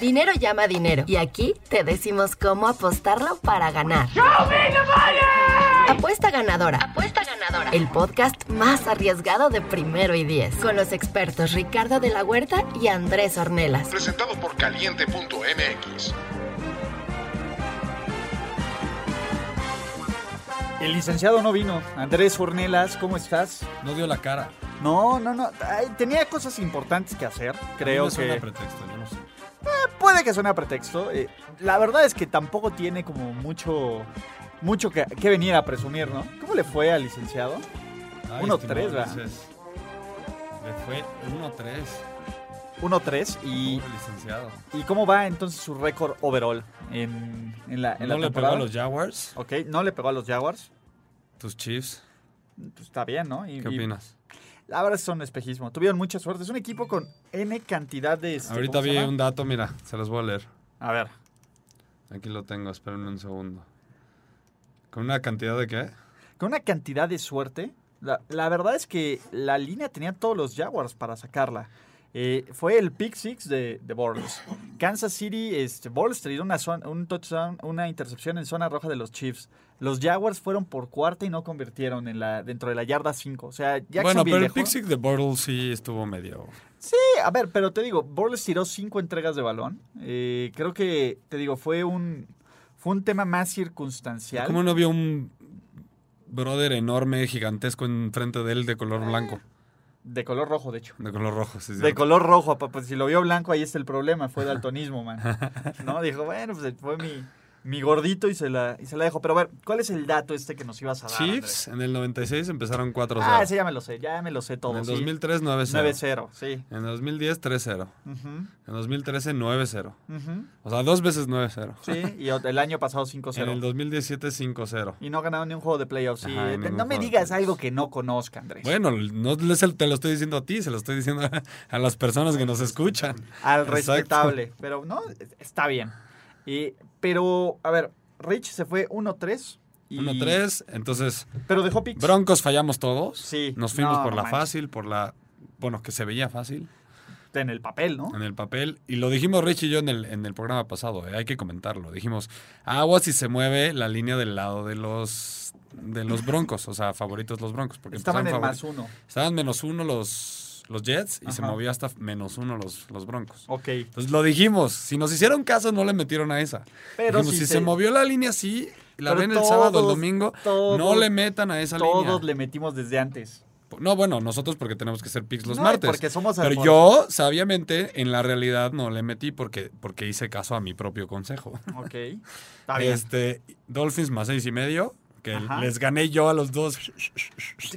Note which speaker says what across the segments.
Speaker 1: Dinero llama dinero. Y aquí te decimos cómo apostarlo para ganar. Apuesta ganadora. Apuesta ganadora. El podcast más arriesgado de primero y diez. Con los expertos Ricardo de la Huerta y Andrés Ornelas.
Speaker 2: Presentado por caliente.mx.
Speaker 3: El licenciado no vino. Andrés Ornelas, ¿cómo estás?
Speaker 4: No dio la cara.
Speaker 3: No, no, no. Ay, tenía cosas importantes que hacer. Creo
Speaker 4: A mí me suena
Speaker 3: que.
Speaker 4: a pretexto, yo no sé.
Speaker 3: Puede que suene a pretexto. eh, la verdad es que tampoco tiene como mucho. Mucho que, que venir a presumir, ¿no? ¿Cómo le fue al licenciado?
Speaker 4: Ay,
Speaker 3: Uno,
Speaker 4: estimado
Speaker 3: tres, ¿verdad?
Speaker 4: Ulises. Le fue 1-3.
Speaker 3: 1-3. Y,
Speaker 4: Pobre licenciado.
Speaker 3: ¿Y cómo va entonces su récord overall en, en la, en la
Speaker 4: no le pegó a
Speaker 3: temporada?
Speaker 4: los Jaguars.
Speaker 3: Ok, no le pegó a los Jaguars.
Speaker 4: Tus Chiefs.
Speaker 3: Pues está bien, ¿no? Y- este,
Speaker 4: ¿Qué
Speaker 3: y-
Speaker 4: opinas?
Speaker 3: La verdad es un espejismo. Tuvieron mucha suerte. Es un equipo con N cantidad de... este,
Speaker 4: Ahorita
Speaker 3: ¿cómo se
Speaker 4: vi
Speaker 3: llama?
Speaker 4: un dato, mira, se los voy a leer.
Speaker 3: A ver.
Speaker 4: Aquí lo tengo, espérenme un segundo. ¿Con una cantidad de qué?
Speaker 3: Con una cantidad de suerte. La, la verdad es que la línea tenía todos los Jaguars para sacarla. Eh, fue el pick six de, de Bortles. Kansas City, este, Bortles dio una, zon- un touchdown, una intercepción en zona roja de los Chiefs. Los Jaguars fueron por cuarta y no convirtieron en la, dentro de la yarda 5. O sea, Jacksonville
Speaker 4: bueno, pero el
Speaker 3: dejó-
Speaker 4: pick six de Bortles sí estuvo medio.
Speaker 3: Sí, a ver, pero te digo, Borles tiró cinco entregas de balón. Eh, creo que, te digo, fue un, fue un tema más circunstancial.
Speaker 4: ¿Cómo no vio un brother enorme, gigantesco enfrente de él de color blanco?
Speaker 3: De color rojo, de hecho.
Speaker 4: De color rojo, sí, sí.
Speaker 3: De color rojo, papá. Pues si lo vio blanco, ahí está el problema. Fue daltonismo, man. ¿No? Dijo, bueno, pues fue mi, mi gordito y se, la, y se la dejó. Pero a ver, ¿cuál es el dato este que nos ibas a dar? Andrés?
Speaker 4: Chiefs en el 96 empezaron 4-0.
Speaker 3: Ah, ese ya me lo sé, ya me lo sé todo.
Speaker 4: en el
Speaker 3: sí.
Speaker 4: 2003 9-0.
Speaker 3: 9-0, sí.
Speaker 4: En 2010 3-0.
Speaker 3: Ujú,
Speaker 4: En 2013 9-0.
Speaker 3: ujú.
Speaker 4: O sea, dos veces 9-0.
Speaker 3: Sí, y el año pasado
Speaker 4: En
Speaker 3: 5-0.
Speaker 4: el 2017 5-0.
Speaker 3: Y no ganaron ni un juego de playoffs. Sí,
Speaker 4: Ajá,
Speaker 3: eh,
Speaker 4: ni
Speaker 3: te-
Speaker 4: un
Speaker 3: no me
Speaker 4: juego de
Speaker 3: digas
Speaker 4: playoffs.
Speaker 3: algo que no conozca, Andrés.
Speaker 4: Bueno, no les- te lo estoy diciendo a ti, se lo estoy diciendo a, a las personas que nos escuchan.
Speaker 3: Al
Speaker 4: Exacto.
Speaker 3: respetable. Pero no, está bien. Y, pero, a ver, Rich se fue 1-3. y-
Speaker 4: 1-3, entonces
Speaker 3: Pero dejó picks.
Speaker 4: Broncos fallamos todos.
Speaker 3: Sí.
Speaker 4: Nos fuimos
Speaker 3: No,
Speaker 4: por
Speaker 3: no
Speaker 4: la
Speaker 3: manches.
Speaker 4: fácil, por la... Bueno, que se veía fácil
Speaker 3: En el papel, ¿no?
Speaker 4: en el papel. Y lo dijimos Rich y yo en el, en el programa pasado, eh, hay que comentarlo. Dijimos, agua si se mueve la línea del lado de los de los broncos, o sea, favoritos los broncos. Porque
Speaker 3: Estaban en
Speaker 4: empezaron
Speaker 3: más
Speaker 4: favori-
Speaker 3: uno.
Speaker 4: Estaban menos uno los, los Jets y se
Speaker 3: Ajá.
Speaker 4: movió hasta menos uno los, los broncos.
Speaker 3: Ok.
Speaker 4: Entonces lo dijimos, si nos hicieron caso no le metieron a esa.
Speaker 3: Pero
Speaker 4: Dijimos,
Speaker 3: si
Speaker 4: si,
Speaker 3: se-
Speaker 4: se... movió la línea sí, la
Speaker 3: Pero
Speaker 4: ven el
Speaker 3: todos,
Speaker 4: sábado, el domingo,
Speaker 3: todos,
Speaker 4: no le metan a esa
Speaker 3: Todos
Speaker 4: línea.
Speaker 3: le metimos desde antes.
Speaker 4: No, bueno, nosotros porque tenemos que hacer picks los
Speaker 3: No, y
Speaker 4: martes.
Speaker 3: Porque somos
Speaker 4: Pero
Speaker 3: arbor-
Speaker 4: yo, sabiamente, en la realidad no le metí porque, porque hice caso a mi propio consejo.
Speaker 3: Ok. Está bien.
Speaker 4: Este, Dolphins más seis y medio, que
Speaker 3: Ajá.
Speaker 4: les gané yo a los dos.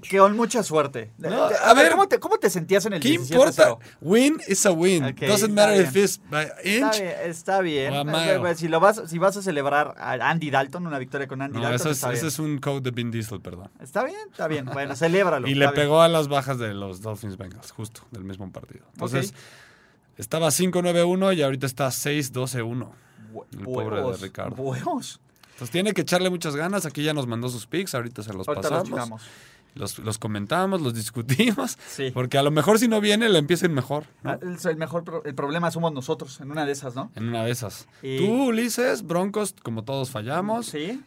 Speaker 3: Que con mucha suerte.
Speaker 4: No,
Speaker 3: Eh,
Speaker 4: a
Speaker 3: eh,
Speaker 4: ver.
Speaker 3: ¿cómo te, cómo te sentías en el
Speaker 4: ¿Qué
Speaker 3: 17
Speaker 4: importa? Win is a win.
Speaker 3: Ok, está
Speaker 4: Doesn't matter
Speaker 3: bien.
Speaker 4: if it's by
Speaker 3: Está
Speaker 4: inch.
Speaker 3: bien, está bien.
Speaker 4: o a
Speaker 3: Eh,
Speaker 4: mile.
Speaker 3: bueno, Si, lo vas, si vas a celebrar a Andy Dalton, una victoria con Andy
Speaker 4: No,
Speaker 3: Dalton,
Speaker 4: eso es-
Speaker 3: está bien.
Speaker 4: ese es un code de Vin Diesel, perdón.
Speaker 3: Está bien, está bien. Bueno, celébralo.
Speaker 4: Y le
Speaker 3: está bien.
Speaker 4: pegó a las bajas de los Dolphins Bengals, justo, del mismo partido. Entonces, estaba 5-9-1 y ahorita está 6-12-1.
Speaker 3: Hue-
Speaker 4: el pobre de
Speaker 3: huevos,
Speaker 4: Ricardo.
Speaker 3: Huevos.
Speaker 4: Entonces, Pues tiene que echarle muchas ganas. Aquí ya nos mandó sus picks, ahorita se los
Speaker 3: Ahorita los
Speaker 4: pasamos.
Speaker 3: checamos.
Speaker 4: Los, los comentamos, los discutimos.
Speaker 3: Sí.
Speaker 4: Porque a lo mejor si no viene, le empiecen mejor. ¿no?
Speaker 3: Ah, El, el mejor pro- el problema somos nosotros, en una de esas, ¿no?
Speaker 4: En una de esas.
Speaker 3: Y-
Speaker 4: Tú, Ulises, Broncos, como todos fallamos.
Speaker 3: Sí.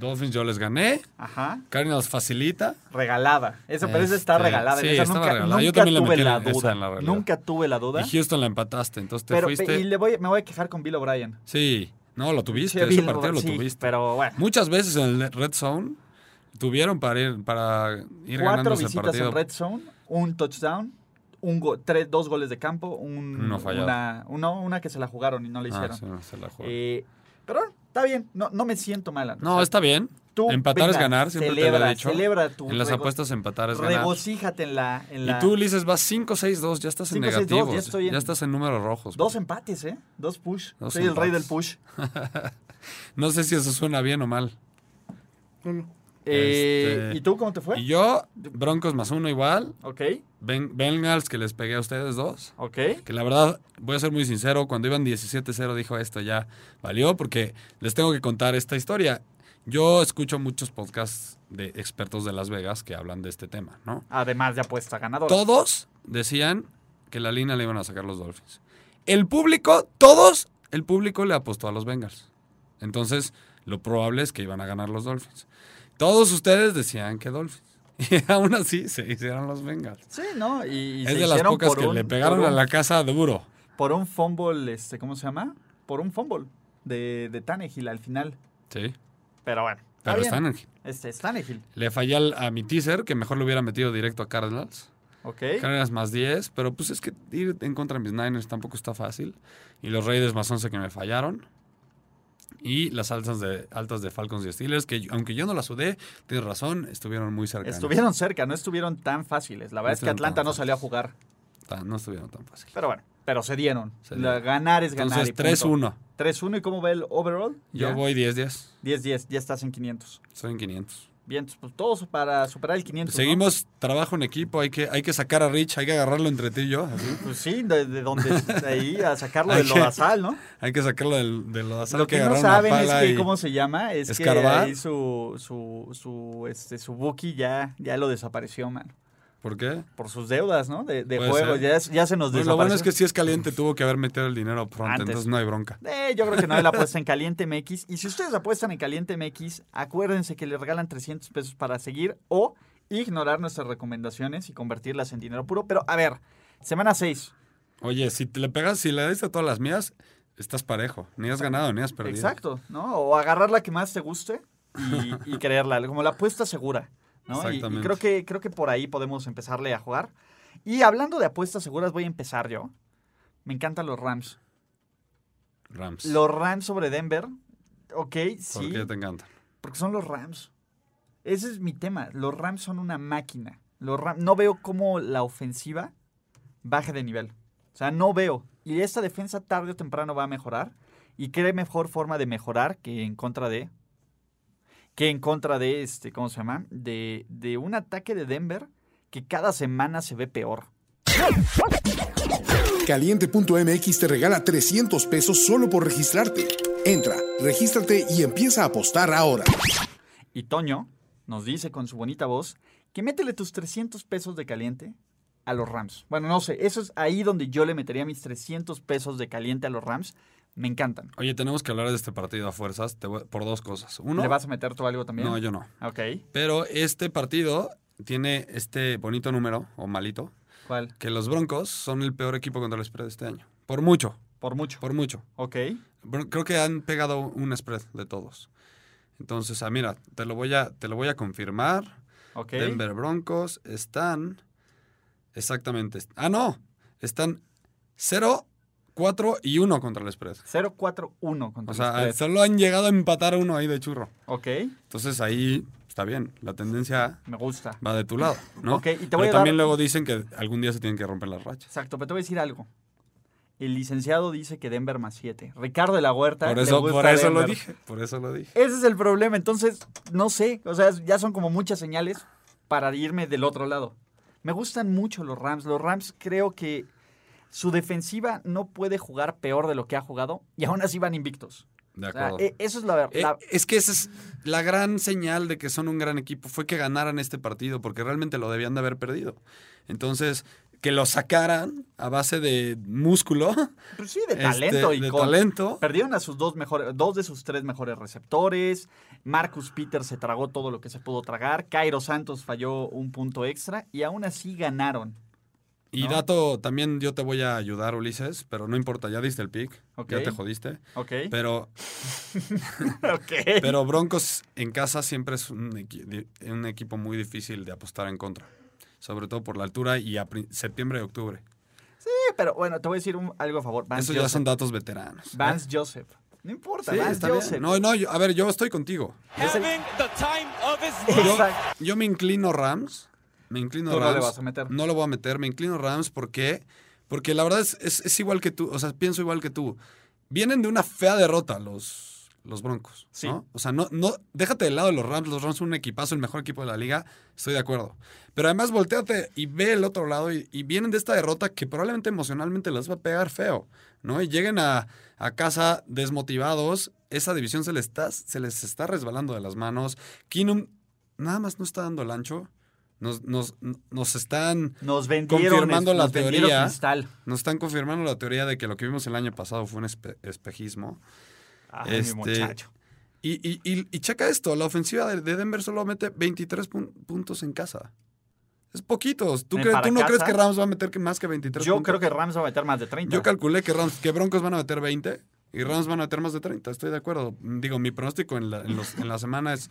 Speaker 4: Dolphins yo les gané.
Speaker 3: Ajá.
Speaker 4: Cardinals facilita.
Speaker 3: Regalada. Esa, pero esa está
Speaker 4: Este,
Speaker 3: regalada.
Speaker 4: sí,
Speaker 3: esa
Speaker 4: estaba
Speaker 3: nunca,
Speaker 4: regalada. Yo
Speaker 3: nunca
Speaker 4: también le
Speaker 3: tuve
Speaker 4: metí
Speaker 3: la
Speaker 4: esa
Speaker 3: duda.
Speaker 4: en la realidad.
Speaker 3: nunca tuve la duda.
Speaker 4: Y Houston la empataste. Entonces te
Speaker 3: Pero,
Speaker 4: fuiste.
Speaker 3: y le voy, me voy a quejar con Bill O'Brien.
Speaker 4: Sí. No, lo tuviste.
Speaker 3: Che,
Speaker 4: Ese
Speaker 3: Bill
Speaker 4: partido lo
Speaker 3: O'Brien, sí,
Speaker 4: tuviste.
Speaker 3: Pero bueno.
Speaker 4: Muchas veces en el Red Zone tuvieron para ir, para ir ganando
Speaker 3: Cuatro
Speaker 4: ese
Speaker 3: visitas
Speaker 4: partido.
Speaker 3: en red zone, un touchdown, un go- tres, dos goles de campo, un-
Speaker 4: Uno fallado.
Speaker 3: una, uno- una que se la jugaron y no la
Speaker 4: Ah,
Speaker 3: hicieron.
Speaker 4: sí, no, se la jugó.
Speaker 3: Eh, pero está bien, no, no me siento mal. Andrés.
Speaker 4: No,
Speaker 3: O sea,
Speaker 4: está bien.
Speaker 3: tú,
Speaker 4: empatar es
Speaker 3: venga,
Speaker 4: ganar, siempre te lo
Speaker 3: celebra,
Speaker 4: he dicho.
Speaker 3: Celebra tu
Speaker 4: en las
Speaker 3: rego-
Speaker 4: apuestas empatar es ganar.
Speaker 3: Regocíjate en la, en la-
Speaker 4: Y tú, Ulises, vas 5-6-2, ya estás en
Speaker 3: 5-6-2,
Speaker 4: negativos.
Speaker 3: ya
Speaker 4: Ya,
Speaker 3: estoy en-
Speaker 4: estás en números rojos.
Speaker 3: Dos empates, ¿eh? Dos push.
Speaker 4: Dos
Speaker 3: Soy el rey del
Speaker 4: empates.
Speaker 3: push.
Speaker 4: No sé si eso suena bien o mal.
Speaker 3: Eh,
Speaker 4: Este-
Speaker 3: ¿Y tú cómo te fue?
Speaker 4: Y yo, Broncos más uno igual.
Speaker 3: Ok,
Speaker 4: Ben- Bengals, que les pegué a ustedes dos.
Speaker 3: ok.
Speaker 4: Que la verdad, voy a ser muy sincero, cuando iban 17-0 dijo esto ya valió, porque les tengo que contar esta historia. Yo escucho muchos podcasts de expertos de Las Vegas que hablan de este tema, ¿no?
Speaker 3: Además de apuesta ganadora.
Speaker 4: Todos decían que la línea le iban a sacar los Dolphins. El público, todos el público le apostó a los Bengals. Entonces, lo probable es que iban a ganar los Dolphins. Todos ustedes decían que Dolphins. Y aún así se hicieron los Bengals.
Speaker 3: Sí, ¿no? Y, y
Speaker 4: es
Speaker 3: se
Speaker 4: de las
Speaker 3: hicieron
Speaker 4: pocas
Speaker 3: por
Speaker 4: que
Speaker 3: un-
Speaker 4: le pegaron
Speaker 3: por
Speaker 4: a
Speaker 3: un-
Speaker 4: la casa duro.
Speaker 3: Por un fumble, este, ¿cómo se llama? Por un fumble de, de Tannehill al final.
Speaker 4: Sí.
Speaker 3: Pero bueno. está
Speaker 4: Pero
Speaker 3: bien.
Speaker 4: están en-
Speaker 3: Este es Tannehill,
Speaker 4: Le fallé al- a mi teaser, que mejor lo hubiera metido directo a Cardinals.
Speaker 3: ¿ok?
Speaker 4: Cardinals más 10, pero pues es que ir en contra de mis Niners tampoco está fácil. Y los Raiders más 11 que me fallaron. Y las altas de, altas de Falcons y Steelers, que yo- aunque yo no las sudé, tienes razón, estuvieron muy cerca.
Speaker 3: Estuvieron cerca, no estuvieron tan fáciles. La verdad es que
Speaker 4: estuvieron tan
Speaker 3: Atlanta no salió a
Speaker 4: fáciles.
Speaker 3: jugar.
Speaker 4: no estuvieron tan fácil.
Speaker 3: Pero bueno, pero se dieron.
Speaker 4: Se
Speaker 3: La-
Speaker 4: dieron.
Speaker 3: ganar es ganar.
Speaker 4: Entonces,
Speaker 3: y punto.
Speaker 4: 3-1.
Speaker 3: 3-1. ¿Y cómo va el overall?
Speaker 4: Yo
Speaker 3: Ya.
Speaker 4: voy 10-10.
Speaker 3: 10-10, ya estás en 500.
Speaker 4: Estoy en 500.
Speaker 3: Bien, pues todos para superar el 500. ¿no?
Speaker 4: Seguimos trabajo en equipo. Hay que, hay que sacar a Rich, hay que agarrarlo entre ti y yo. así.
Speaker 3: Pues sí, de, de donde de ahí a sacarlo
Speaker 4: Hay
Speaker 3: del
Speaker 4: que-
Speaker 3: lodazal, ¿no?
Speaker 4: Hay que sacarlo del, del lodazal.
Speaker 3: Lo
Speaker 4: hay
Speaker 3: que no
Speaker 4: agarrar una
Speaker 3: saben es
Speaker 4: pala
Speaker 3: que,
Speaker 4: y-
Speaker 3: ¿cómo se llama? Es
Speaker 4: escarbar.
Speaker 3: que ahí su, su, su, este, su Buki ya, ya lo desapareció, mano.
Speaker 4: ¿Por qué?
Speaker 3: Por sus deudas, ¿no? De, de
Speaker 4: Puede
Speaker 3: juegos, ya,
Speaker 4: ser.
Speaker 3: ya se nos
Speaker 4: Bueno,
Speaker 3: desapareció.
Speaker 4: lo bueno es que si es caliente, tuvo que haber metido el dinero pronto,
Speaker 3: Antes.
Speaker 4: entonces no hay bronca.
Speaker 3: Eh, yo creo que no hay la apuesta en Caliente MX. Y si ustedes apuestan en Caliente MX, acuérdense que les regalan 300 pesos para seguir o ignorar nuestras recomendaciones y convertirlas en dinero puro. Pero a ver, semana 6.
Speaker 4: Oye, si te le pegas, si le diste a todas las mías, estás parejo. Ni has ganado, ni has perdido.
Speaker 3: Exacto, ¿no? O agarrar la que más te guste y, y creerla, como la apuesta segura, ¿no? Y- Y,
Speaker 4: Exactamente.
Speaker 3: creo, que, creo que por ahí podemos empezarle a jugar. Y hablando de apuestas seguras, voy a empezar yo. Me encantan los Rams.
Speaker 4: Rams.
Speaker 3: Los Rams sobre Denver, ok,
Speaker 4: ¿Por
Speaker 3: sí.
Speaker 4: qué te encanta?
Speaker 3: Porque son los Rams. Ese es mi tema. Los Rams son una máquina. Los Ram- no veo cómo la ofensiva baje de nivel. O sea, no veo. Y esta defensa tarde o temprano va a mejorar. Y qué mejor forma de mejorar que en contra de. Que en contra de este, ¿cómo se llama? De, de un ataque de Denver que cada semana se ve peor.
Speaker 5: Caliente.mx te regala 300 pesos solo por registrarte. Entra, regístrate y empieza a apostar ahora.
Speaker 3: Y Toño nos dice con su bonita voz que métele tus 300 pesos de caliente a los Rams. Bueno, no sé, eso es ahí donde yo le metería mis 300 pesos de caliente a los Rams. Me encantan.
Speaker 4: Oye, tenemos que hablar de este partido a fuerzas te voy- por dos cosas. Uno,
Speaker 3: ¿Le vas a meter tú algo también?
Speaker 4: no, yo no.
Speaker 3: Ok,
Speaker 4: Pero este partido tiene este bonito número, o malito,
Speaker 3: ¿cuál?
Speaker 4: que los Broncos son el peor equipo contra el spread este año. Por mucho,
Speaker 3: Por mucho.
Speaker 4: por mucho.
Speaker 3: Ok,
Speaker 4: Bro- Creo que han pegado un spread de todos. Entonces, ah, mira, te lo voy a, te lo voy a confirmar.
Speaker 3: ok.
Speaker 4: Denver Broncos están. Exactamente. Ah, no. Están 0, 4 y 1 contra el spread.
Speaker 3: 0-4-1 contra
Speaker 4: O
Speaker 3: los
Speaker 4: sea,
Speaker 3: Pats.
Speaker 4: solo han llegado a empatar uno ahí de churro.
Speaker 3: Ok,
Speaker 4: Entonces ahí está bien. La tendencia
Speaker 3: me gusta.
Speaker 4: va de tu lado, ¿no?
Speaker 3: Ok, y te voy
Speaker 4: Pero
Speaker 3: a dar-
Speaker 4: también luego dicen que algún día se tienen que romper las rachas.
Speaker 3: Exacto, pero te voy a decir algo. El licenciado dice que Denver más 7. Ricardo de la Huerta.
Speaker 4: Por
Speaker 3: le
Speaker 4: eso,
Speaker 3: gusta
Speaker 4: por eso lo
Speaker 3: Denver.
Speaker 4: dije. Por eso lo dije.
Speaker 3: Ese es el problema. Entonces, no sé. O sea, ya son como muchas señales para irme del otro lado. Me gustan mucho los Rams. Los Rams creo que su defensiva no puede jugar peor de lo que ha jugado y aún así van invictos.
Speaker 4: De
Speaker 3: O sea,
Speaker 4: acuerdo.
Speaker 3: e- eso es la
Speaker 4: Eh,
Speaker 3: verdad.
Speaker 4: es que esa es la gran señal de que son un gran equipo. Fue que ganaran este partido, porque realmente lo debían de haber perdido. Entonces, que lo sacaran a base de músculo,
Speaker 3: Pues sí, de
Speaker 4: este,
Speaker 3: talento y
Speaker 4: de
Speaker 3: con-
Speaker 4: talento.
Speaker 3: Perdieron a sus dos mejores, dos de sus tres mejores receptores. Marcus Peters se tragó todo lo que se pudo tragar. Cairo Santos falló un punto extra y aún así ganaron.
Speaker 4: Y
Speaker 3: ¿no?
Speaker 4: dato, también yo te voy a ayudar, Ulises, pero no importa, ya diste el pick,
Speaker 3: Ok.
Speaker 4: ya te jodiste.
Speaker 3: ¿Ok?
Speaker 4: Pero,
Speaker 3: ok.
Speaker 4: pero Broncos en casa siempre es un, equi- di- un equipo muy difícil de apostar en contra. Sobre todo por la altura y a pri- septiembre y octubre.
Speaker 3: Sí, pero bueno, te voy a decir un- algo a favor. Vance
Speaker 4: Esos ya
Speaker 3: Joseph.
Speaker 4: son datos veteranos.
Speaker 3: Vance Joseph. No importa,
Speaker 4: ¿Eh? Sí,
Speaker 3: Vance
Speaker 4: está bien.
Speaker 3: Joseph.
Speaker 4: No, no, yo- a ver, yo estoy contigo.
Speaker 3: Es el-
Speaker 4: Yo,
Speaker 3: Exacto.
Speaker 4: yo me inclino Rams. Me inclino
Speaker 3: Tú no
Speaker 4: Rams.
Speaker 3: le vas a meter.
Speaker 4: No lo voy a meter. Me inclino Rams porque, porque la verdad es, es- es igual que tú. O sea, pienso igual que tú. Vienen de una fea derrota los, los Broncos.
Speaker 3: Sí.
Speaker 4: ¿no? O sea, no, no, déjate del lado de los Rams. Los Rams son un equipazo, el mejor equipo de la liga. Estoy de acuerdo. Pero además, volteate y ve el otro lado y, y vienen de esta derrota que probablemente emocionalmente les va a pegar feo. ¿no? Y lleguen a, a casa desmotivados. Esa división se les, está, se les está resbalando de las manos. Keenum nada más no está dando el ancho. Nos, nos, nos están
Speaker 3: Nos vendieron,
Speaker 4: confirmando la
Speaker 3: nos vendieron
Speaker 4: teoría.
Speaker 3: cristal.
Speaker 4: Nos están confirmando la teoría de que lo que vimos el año pasado fue un espe- espejismo.
Speaker 3: Ay,
Speaker 4: Este,
Speaker 3: mi muchacho.
Speaker 4: Y, y- y- y checa esto, la ofensiva de de Denver solo mete 23 pun- puntos en casa. Es poquitos. ¿Tú,
Speaker 3: Eh,
Speaker 4: cre-
Speaker 3: para
Speaker 4: tú no crees
Speaker 3: casa,
Speaker 4: que Rams va a meter que más que 23
Speaker 3: Yo
Speaker 4: puntos?
Speaker 3: creo que Rams va a meter más de 30.
Speaker 4: Yo calculé que, Rams, que Broncos van a meter 20 y Rams van a meter más de 30. Estoy de acuerdo. Digo, mi pronóstico en la, en los- en la semana es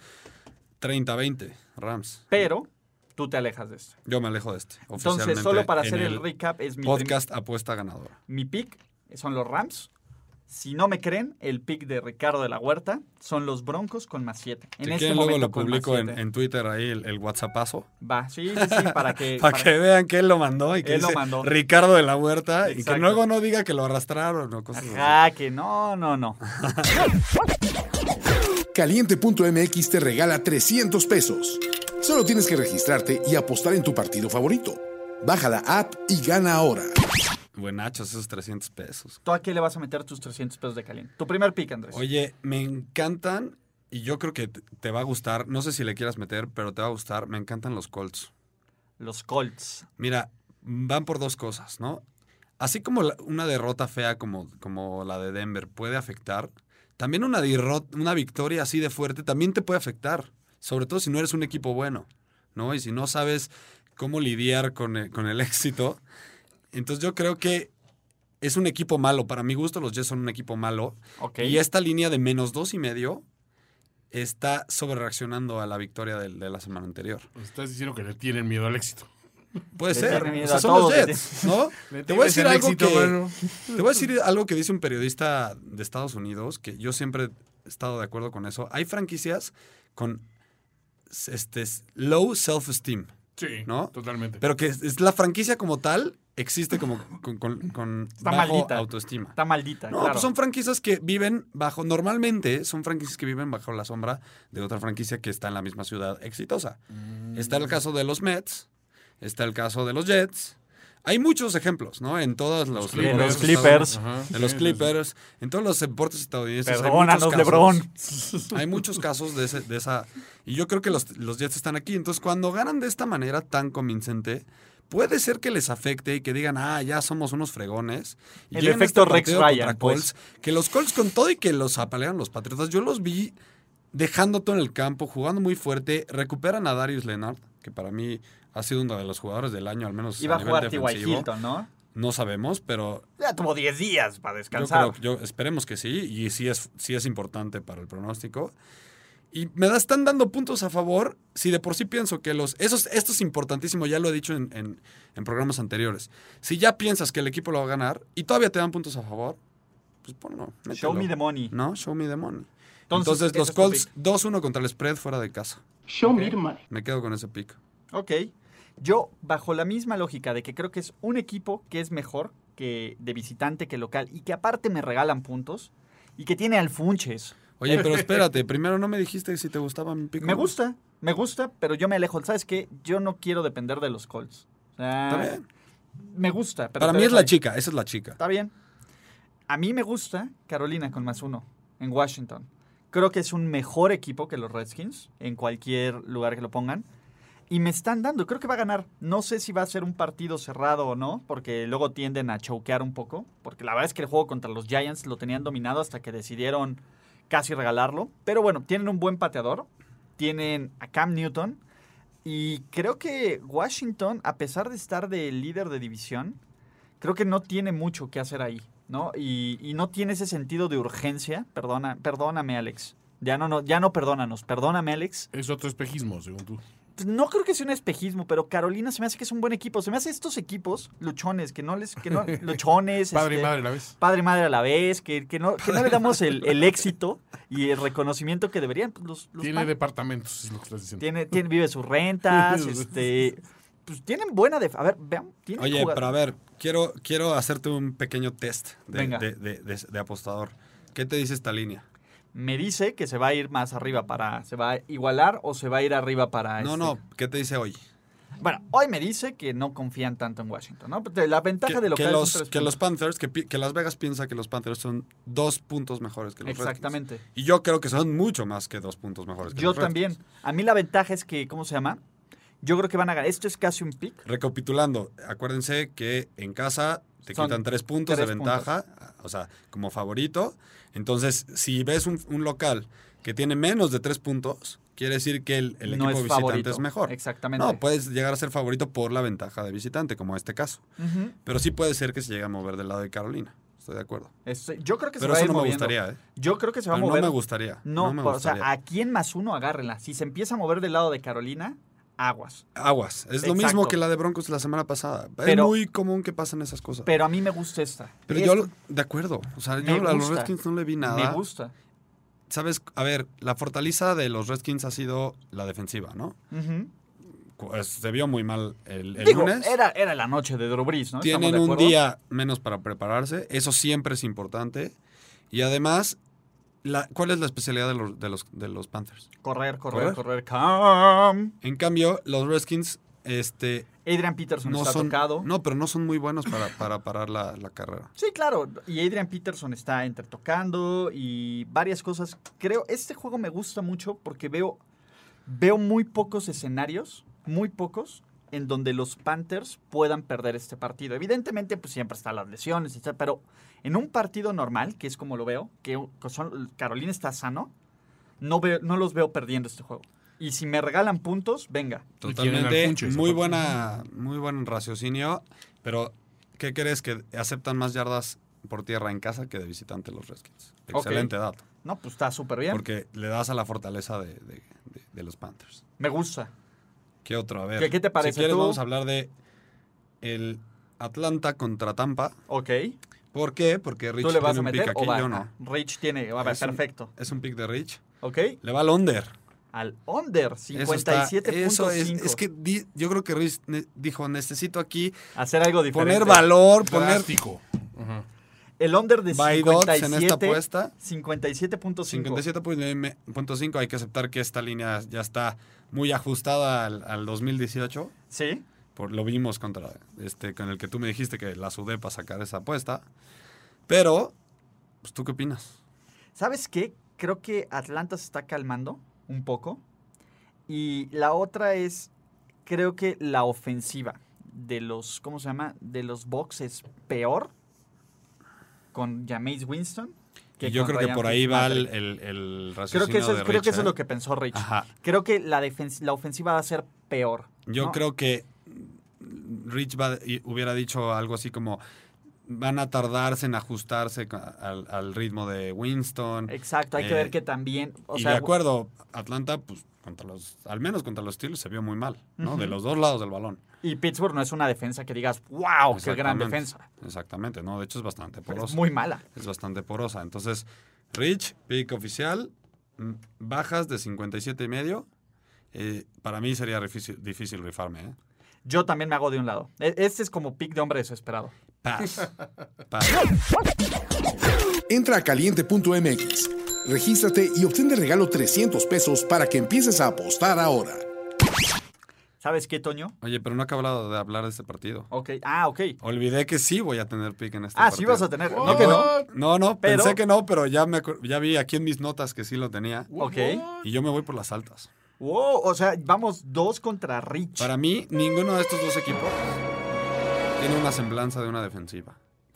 Speaker 4: 30-20 Rams.
Speaker 3: Pero tú te alejas de esto.
Speaker 4: Yo me alejo de este.
Speaker 3: Entonces,
Speaker 4: oficialmente,
Speaker 3: solo para
Speaker 4: en
Speaker 3: hacer el, recap, es mi, prim-
Speaker 4: Podcast apuesta ganadora.
Speaker 3: mi pick son los Rams. Si no me creen, el pick de Ricardo de la Huerta son los Broncos con más 7. En
Speaker 4: Si
Speaker 3: este
Speaker 4: quieren, luego
Speaker 3: momento
Speaker 4: lo
Speaker 3: con más
Speaker 4: publico en,
Speaker 3: siete.
Speaker 4: en Twitter ahí, el, el WhatsAppazo.
Speaker 3: Va, sí, sí, sí, para que...
Speaker 4: Para
Speaker 3: eh, para-
Speaker 4: que vean que él lo mandó y que
Speaker 3: Él lo
Speaker 4: dice
Speaker 3: mandó.
Speaker 4: Ricardo de la Huerta y que
Speaker 3: Exacto.
Speaker 4: luego no diga que lo arrastraron o cosas así.
Speaker 3: Ajá, que no, no, no.
Speaker 5: Caliente.mx te regala 300 pesos. Solo tienes que registrarte y apostar en tu partido favorito. Baja la app y gana ahora.
Speaker 4: Buenachos, esos 300 pesos.
Speaker 3: ¿Tú a qué le vas a meter tus 300 pesos de caliente? Tu primer pick, Andrés.
Speaker 4: Oye, me encantan y yo creo que te- te va a gustar. No sé si le quieras meter, pero te va a gustar. Me encantan los Colts.
Speaker 3: Los Colts.
Speaker 4: Mira, van por dos cosas, ¿no? Así como la- una derrota fea como, como la de Denver puede afectar, también una, derro- una victoria así de fuerte también te puede afectar, sobre todo si no eres un equipo bueno, ¿no? Y si no sabes cómo lidiar con el, con el éxito. Entonces yo creo que es un equipo malo. Para mi gusto los Jets son un equipo malo.
Speaker 3: Ok.
Speaker 4: Y esta línea de menos dos y medio está sobrereaccionando a la victoria del- de, la semana anterior.
Speaker 6: Pues Estás diciendo que le tienen miedo al éxito.
Speaker 4: Puede
Speaker 3: Le
Speaker 4: ser.
Speaker 3: tiene miedo
Speaker 4: O sea,
Speaker 3: a
Speaker 4: son
Speaker 3: todo,
Speaker 4: los
Speaker 3: le
Speaker 4: Jets, ¿no?
Speaker 6: Le
Speaker 4: Te voy a
Speaker 6: tienes el
Speaker 4: decir algo
Speaker 6: éxito,
Speaker 4: que.
Speaker 6: mano.
Speaker 4: Te voy a decir algo que dice un periodista de Estados Unidos, que yo siempre he estado de acuerdo con eso. Hay franquicias con este, low self-esteem,
Speaker 6: Sí,
Speaker 4: ¿no?
Speaker 6: totalmente.
Speaker 4: pero que es, es la franquicia como tal existe como con, con- con
Speaker 3: Está
Speaker 4: bajo
Speaker 3: maldita.
Speaker 4: autoestima.
Speaker 3: Está maldita,
Speaker 4: No,
Speaker 3: claro.
Speaker 4: pues son franquicias que viven bajo, normalmente son franquicias que viven bajo la sombra de otra franquicia que está en la misma ciudad exitosa. Está el caso de los Mets, está el caso de los Jets. Hay muchos ejemplos, ¿no? En todos los,
Speaker 3: De
Speaker 4: deportes
Speaker 3: los
Speaker 4: estadounidenses.
Speaker 3: Clippers.
Speaker 6: Ajá,
Speaker 4: En los
Speaker 6: sí,
Speaker 4: Clippers, en todos los deportes estadounidenses. hay
Speaker 3: Perdónanos,
Speaker 4: muchos casos-
Speaker 3: LeBron.
Speaker 4: Hay muchos casos de, ese- de esa. Y yo creo que los, los Jets están aquí. Entonces, cuando ganan de esta manera tan convincente, puede ser que les afecte y que digan, ah, ya somos unos fregones. Y
Speaker 3: El
Speaker 4: llegan a
Speaker 3: efecto Rex
Speaker 4: partido contra
Speaker 3: Ryan, pues.
Speaker 4: Colts, Que los Colts, con todo y que los apalearon los Patriotas, yo los vi dejando todo en el campo, jugando muy fuerte. Recuperan a Darius Leonard, que para mí ha sido uno de los jugadores del año, al menos.
Speaker 3: Iba a
Speaker 4: nivel
Speaker 3: jugar T.Y.
Speaker 4: defensivo.
Speaker 3: Hilton, ¿no?
Speaker 4: No sabemos, pero
Speaker 3: Ya tuvo 10 días para
Speaker 4: yo
Speaker 3: descansar.
Speaker 4: creo- yo- esperemos que sí, y sí es, sí es importante para el pronóstico. Y me da, están dando puntos a favor, si de por sí pienso que los... Esos, esto es importantísimo, ya lo he dicho en, en- en programas anteriores. Si ya piensas que el equipo lo va a ganar y todavía te dan puntos a favor, pues ponlo. mételo.
Speaker 3: Show me the money.
Speaker 4: No, show me the money.
Speaker 3: Entonces,
Speaker 4: Entonces,
Speaker 3: ese
Speaker 4: los
Speaker 3: es tu
Speaker 4: Colts
Speaker 3: pick.
Speaker 4: 2-1 contra el spread fuera de casa.
Speaker 7: Show me the money.
Speaker 4: Me quedo con ese pick.
Speaker 3: Ok. Yo, bajo la misma lógica de que creo que es un equipo que es mejor que de visitante que local y que aparte me regalan puntos y que tiene al Funches.
Speaker 4: Oye, pero espérate, primero no me dijiste si te gustaba mi pick. o
Speaker 3: Me
Speaker 4: no.
Speaker 3: gusta, me gusta, pero yo me alejo. ¿Sabes qué? Yo no quiero depender de los Colts. O sea,
Speaker 4: Está bien.
Speaker 3: Me gusta. Pero
Speaker 4: Para
Speaker 3: te
Speaker 4: mí es
Speaker 3: dejo
Speaker 4: la
Speaker 3: ahí.
Speaker 4: chica, esa es la chica.
Speaker 3: Está bien. A mí me gusta Carolina con más uno en Washington. Creo que es un mejor equipo que los Redskins en cualquier lugar que lo pongan. Y me están dando, creo que va a ganar. No sé si va a ser un partido cerrado o no, porque luego tienden a choquear un poco. Porque la verdad es que el juego contra los Giants lo tenían dominado hasta que decidieron casi regalarlo. Pero bueno, tienen un buen pateador. Tienen a Cam Newton. Y creo que Washington, a pesar de estar de líder de división, creo que no tiene mucho que hacer ahí, ¿no? Y, y no tiene ese sentido de urgencia. Perdona, perdóname, Alex. Ya no, no, ya no perdónanos. Perdóname, Alex. Pues,
Speaker 6: Es otro espejismo, según tú.
Speaker 3: No creo que sea un espejismo, pero Carolina se me hace que es un buen equipo. Se me hace estos equipos luchones, que no les... Que no, luchones.
Speaker 6: Padre y
Speaker 3: este,
Speaker 6: madre a la vez.
Speaker 3: Padre y madre a la vez, que, que no, que no le damos el, el éxito y el reconocimiento que deberían. Pues Los, los
Speaker 6: Tiene
Speaker 3: Pan-
Speaker 6: departamentos, es lo que estás diciendo.
Speaker 3: tiene, tiene- vive sus rentas, este... Pues tienen buena... def- a ver, vean. tienen
Speaker 4: Oye,
Speaker 3: jugad-
Speaker 4: pero a ver, quiero, quiero hacerte un pequeño test de,
Speaker 3: Venga.
Speaker 4: de- de- de- de apostador. ¿Qué te dice esta línea?
Speaker 3: me dice que se va a ir más arriba para. ¿Se va a igualar o se va a ir arriba para.?
Speaker 4: no,
Speaker 3: este?
Speaker 4: no, ¿qué te dice hoy?
Speaker 3: Bueno, hoy me dice que no confían tanto en Washington, ¿no? Pero La ventaja
Speaker 4: Que,
Speaker 3: de lo
Speaker 4: que
Speaker 3: que
Speaker 4: los, que los Panthers, que, pi- que Las Vegas piensa que los Panthers son dos puntos mejores que los Redskins.
Speaker 3: Exactamente.
Speaker 4: Y yo creo que son mucho más que dos puntos mejores que
Speaker 3: Yo
Speaker 4: los Redskins.
Speaker 3: también. A mí la ventaja es que, ¿cómo se llama? Yo creo que van a ganar. Esto es casi un pick.
Speaker 4: Recapitulando, acuérdense que en casa te
Speaker 3: Son
Speaker 4: quitan tres puntos
Speaker 3: tres
Speaker 4: de ventaja, o sea, como favorito. Entonces, si ves un, un local que tiene menos de tres puntos, quiere decir que el, el
Speaker 3: No
Speaker 4: equipo
Speaker 3: es
Speaker 4: visitante
Speaker 3: favorito,
Speaker 4: es mejor.
Speaker 3: exactamente.
Speaker 4: No, pues, puedes llegar a ser favorito por la ventaja de visitante, como en este caso.
Speaker 3: Ujú.
Speaker 4: Pero sí puede ser que se llegue a mover del lado de Carolina. Estoy de acuerdo.
Speaker 3: Esto- yo creo que
Speaker 4: Pero
Speaker 3: se va a
Speaker 4: eso
Speaker 3: ir
Speaker 4: no me
Speaker 3: moviendo.
Speaker 4: gustaría, ¿eh?
Speaker 3: Yo creo que se va
Speaker 4: Pero
Speaker 3: a mover.
Speaker 4: No me gustaría.
Speaker 3: No,
Speaker 4: me
Speaker 3: por- o
Speaker 4: gustaría.
Speaker 3: sea, aquí en más uno agárrenla. Si se empieza a mover del lado de Carolina, aguas.
Speaker 4: Aguas. Es
Speaker 3: Exacto.
Speaker 4: lo mismo que la de Broncos la semana pasada.
Speaker 3: Pero-
Speaker 4: es muy común que pasen esas cosas.
Speaker 3: Pero a mí me gusta esta.
Speaker 4: Pero
Speaker 3: Esto
Speaker 4: yo, lo- de acuerdo. O sea,
Speaker 3: Me
Speaker 4: yo a los
Speaker 3: gusta.
Speaker 4: Redskins no le vi nada.
Speaker 3: me gusta.
Speaker 4: Sabes, a ver, la fortaleza de los Redskins ha sido la defensiva, ¿no?
Speaker 3: Ujú.
Speaker 4: Cu- es- se vio muy mal el, el
Speaker 3: Digo,
Speaker 4: lunes.
Speaker 3: era, era la noche de Drew Brees, ¿no? ¿Estamos
Speaker 4: Tienen
Speaker 3: de
Speaker 4: un
Speaker 3: acuerdo?
Speaker 4: día menos para prepararse. Eso siempre es importante. Y además, la, ¿cuál es la especialidad de los, de los, de los Panthers?
Speaker 3: Correr, correr, correr.
Speaker 4: Correr.
Speaker 3: Cam.
Speaker 4: En cambio, los Redskins este,
Speaker 3: Adrian Peterson
Speaker 4: no
Speaker 3: está
Speaker 4: son.
Speaker 3: tocado.
Speaker 4: No, pero no son muy buenos para, para parar la, la carrera.
Speaker 3: Sí, claro. Y Adrian Peterson está entre tocando y varias cosas. Creo, este juego me gusta mucho porque veo, veo muy pocos escenarios, muy pocos, en donde los Panthers puedan perder este partido. Evidentemente, pues siempre están las lesiones, etc. Pero en un partido normal, que es como lo veo, que son- Carolina está sano, no, veo, no los veo perdiendo este juego. Y si me regalan puntos, venga.
Speaker 6: Y tienen al
Speaker 4: Totalmente.
Speaker 6: Funches,
Speaker 4: Muy
Speaker 6: aparte.
Speaker 4: buena, muy buen raciocinio. Pero, ¿qué crees que aceptan más yardas por tierra en casa que de visitante los Redskins?
Speaker 3: Ok.
Speaker 4: Excelente dato.
Speaker 3: No, pues está súper bien.
Speaker 4: Porque le das a la fortaleza de, de- de- de los Panthers.
Speaker 3: Me gusta.
Speaker 4: ¿Qué otro? A ver.
Speaker 3: ¿Qué- qué te parece
Speaker 4: Si quieres,
Speaker 3: tú?
Speaker 4: vamos a hablar de el Atlanta contra Tampa.
Speaker 3: Ok.
Speaker 4: ¿Por qué? Porque Rich
Speaker 3: ¿Tú le vas
Speaker 4: tiene
Speaker 3: a
Speaker 4: un
Speaker 3: meter
Speaker 4: pick
Speaker 3: o
Speaker 4: aquí,
Speaker 3: va?
Speaker 4: yo no.
Speaker 3: Ah, Rich tiene, a ver,
Speaker 4: Es un-
Speaker 3: perfecto.
Speaker 4: Es un pick de Rich.
Speaker 3: ¿Ok?
Speaker 4: Le va al under.
Speaker 3: Al under,
Speaker 4: Eso está-
Speaker 3: 57.5.
Speaker 4: Eso es, es que di- yo creo que Rich ne- dijo, necesito aquí
Speaker 3: Hacer algo diferente.
Speaker 4: poner valor, poner
Speaker 6: Plástico. Ajá.
Speaker 3: El under de
Speaker 4: by dots en
Speaker 3: 57,
Speaker 4: esta apuesta.
Speaker 3: 57.5.
Speaker 4: 57.9.5 hay que aceptar que esta línea ya está muy ajustada al, al 2018.
Speaker 3: Sí.
Speaker 4: Por, lo vimos contra este con el que tú me dijiste que la sudé para sacar esa apuesta. Pero, pues, ¿tú qué opinas?
Speaker 3: ¿Sabes qué? Creo que Atlanta se está calmando un poco. Y la otra es, creo que la ofensiva de los, ¿cómo se llama? De los Bucks es peor con Jameis Winston.
Speaker 4: Y yo
Speaker 3: con
Speaker 4: creo que
Speaker 3: Ryan
Speaker 4: por ahí va el,
Speaker 3: Fitzpatrick.
Speaker 4: el,
Speaker 3: Creo
Speaker 4: el
Speaker 3: que,
Speaker 4: raciocinio
Speaker 3: eso es,
Speaker 4: de
Speaker 3: creo que
Speaker 4: Rich,
Speaker 3: eso es
Speaker 4: ¿eh?
Speaker 3: lo que pensó Rich.
Speaker 4: Ajá.
Speaker 3: Creo que la, defen- la ofensiva va a ser peor.
Speaker 4: Yo
Speaker 3: ¿no?
Speaker 4: creo que Rich va- y- hubiera dicho algo así como van a tardarse en ajustarse ca- al, al ritmo de Winston.
Speaker 3: Exacto, hay que
Speaker 4: Eh,
Speaker 3: ver que también. O
Speaker 4: y
Speaker 3: sea,
Speaker 4: de acuerdo, Atlanta, pues contra los, al menos contra los Steelers se vio muy mal, ¿no? De los dos lados del balón.
Speaker 3: y Pittsburgh no es una defensa que digas, wow, Oh, qué gran
Speaker 4: Exactamente.
Speaker 3: defensa.
Speaker 4: Exactamente, no, de hecho es bastante porosa.
Speaker 3: Es muy mala.
Speaker 4: Es bastante porosa. Entonces, Rich, pick oficial, mm, bajas de 57 y medio. Eh, para mí sería difícil, difícil rifarme, ¿eh?
Speaker 3: Yo también me hago de un lado. E- Este es como pick de hombre desesperado.
Speaker 4: Pass. Pass.
Speaker 5: Entra a caliente.mx, regístrate y obtén de regalo 300 pesos para que empieces a apostar ahora.
Speaker 3: ¿Sabes qué, Toño?
Speaker 4: Oye, pero no he acabado de hablar de este partido.
Speaker 3: Ok. Ah, ok.
Speaker 4: Olvidé que sí voy a tener pick en este
Speaker 3: Ah,
Speaker 4: partido.
Speaker 3: sí vas a tener. No, que no.
Speaker 4: No, no,
Speaker 3: Pero-
Speaker 4: pensé que no, pero ya, me acuer- ya vi aquí en mis notas que sí lo tenía.
Speaker 3: Ok.
Speaker 4: Y yo me voy por las altas.
Speaker 3: Wow, o sea, vamos dos contra Rich.
Speaker 4: Para mí, ninguno de estos dos equipos tiene una semblanza de una defensiva.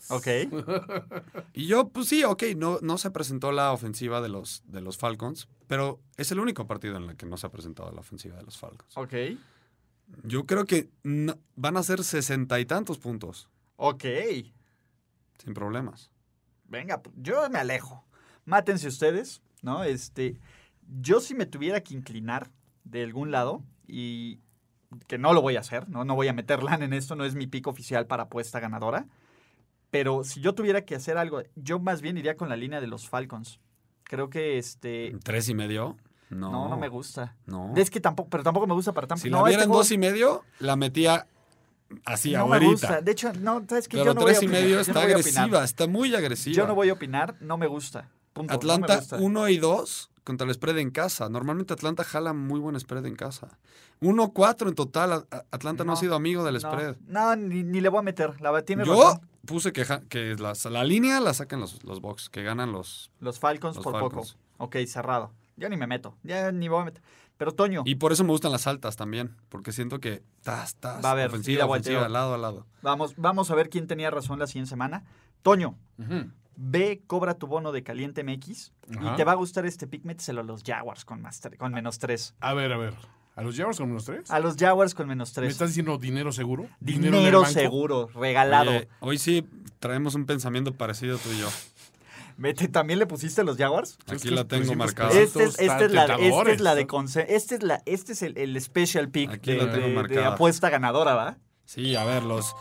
Speaker 3: Ok.
Speaker 4: Y yo, pues sí, ok, no, no se presentó la ofensiva de los, de los Falcons, pero es el único partido en el que no se ha presentado la ofensiva de los Falcons.
Speaker 3: Ok.
Speaker 4: Yo creo que no- van a ser sesenta y tantos puntos,
Speaker 3: Ok.
Speaker 4: sin problemas.
Speaker 3: Venga, pu- yo me alejo. Mátense ustedes, ¿no? Este, yo si me tuviera que inclinar de algún lado y que no lo voy a hacer, ¿no? No voy a meter lana en esto, no es mi pico oficial para apuesta ganadora. Pero si yo tuviera que hacer algo, yo más bien iría con la línea de los Falcons. Creo que este...
Speaker 4: ¿Tres y medio? No,
Speaker 3: No, no, me gusta.
Speaker 4: No.
Speaker 3: Es que tampoco, pero tampoco me gusta para tampoco.
Speaker 4: Si
Speaker 3: no,
Speaker 4: la
Speaker 3: este
Speaker 4: viera en
Speaker 3: juego
Speaker 4: dos y medio, la metía así
Speaker 3: no me gusta.
Speaker 4: ahorita.
Speaker 3: De hecho, no, sabes que yo
Speaker 4: Pero
Speaker 3: no voy a
Speaker 4: tres y
Speaker 3: opinar,
Speaker 4: medio
Speaker 3: yo no
Speaker 4: está
Speaker 3: voy a opinar.
Speaker 4: agresiva, está muy agresiva.
Speaker 3: Yo no voy a opinar, no me gusta. Punto, no me
Speaker 4: Atlanta
Speaker 3: gusta.
Speaker 4: 1 y 2 contra el spread en casa. Normalmente Atlanta jala muy buen spread en casa. 1-4 en total. A- a- Atlanta no,
Speaker 3: No,
Speaker 4: ha sido amigo del
Speaker 3: No,
Speaker 4: spread.
Speaker 3: No, ni, ni le voy a meter. La verdad, tienes
Speaker 4: Yo
Speaker 3: razón.
Speaker 4: puse que, ja- que la, la línea la sacan los, los Bucks, que ganan los...
Speaker 3: Los Falcons
Speaker 4: Los
Speaker 3: por
Speaker 4: Falcons.
Speaker 3: poco. Ok, cerrado. Yo ni me meto. Ya ni voy a meter. Pero Toño,
Speaker 4: Y por eso me gustan las altas también, porque siento que tas, tas,
Speaker 3: Va a haber
Speaker 4: ofensiva,
Speaker 3: ida,
Speaker 4: ofensiva,
Speaker 3: volteo.
Speaker 4: lado a lado.
Speaker 3: vamos, vamos a ver quién tenía razón la siguiente semana. Toño, ve, cobra tu bono de Caliente MX
Speaker 6: Ajá.
Speaker 3: y te va a gustar este pick, méteselo a los Jaguars con, más tre- con menos 3.
Speaker 6: A ver, a ver. ¿A los Jaguars con menos tres?
Speaker 3: A los Jaguars con menos
Speaker 6: ¿Me
Speaker 3: 3.
Speaker 6: estás diciendo dinero seguro?
Speaker 3: pues. Dinero,
Speaker 6: del banco?
Speaker 3: seguro, regalado.
Speaker 4: Oye, hoy sí traemos un pensamiento parecido tú y yo.
Speaker 3: Mete, ¿También le pusiste a los Jaguars?
Speaker 6: Es
Speaker 4: Aquí
Speaker 6: que
Speaker 4: la
Speaker 6: es
Speaker 4: tengo
Speaker 6: 300
Speaker 4: marcada.
Speaker 6: Ah, pesos.
Speaker 3: Este es,
Speaker 6: estos
Speaker 3: esta es la,
Speaker 6: tentadores,
Speaker 3: esta es la de
Speaker 6: ¿no?
Speaker 3: conse- este es la Este es el, el special pick
Speaker 4: Aquí
Speaker 3: de,
Speaker 4: la tengo
Speaker 3: de- de
Speaker 4: marcada.
Speaker 3: apuesta ganadora, ¿va?
Speaker 4: Sí, a ver, los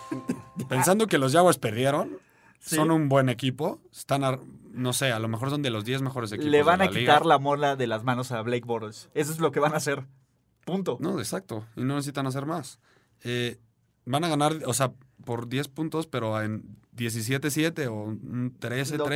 Speaker 4: pensando que los Jaguars perdieron,
Speaker 3: Sí.
Speaker 4: son un buen equipo, están ar- no sé, a lo mejor son de los 10 mejores equipos
Speaker 3: Le
Speaker 4: de
Speaker 3: van
Speaker 4: la
Speaker 3: a
Speaker 4: liga.
Speaker 3: quitar la mola de las manos a Blake Bortles. Eso es lo que van a hacer. Punto.
Speaker 4: No, exacto, y no necesitan hacer más. Eh, van a ganar, o sea, por 10 puntos, pero en 17-7 o un
Speaker 3: Lo que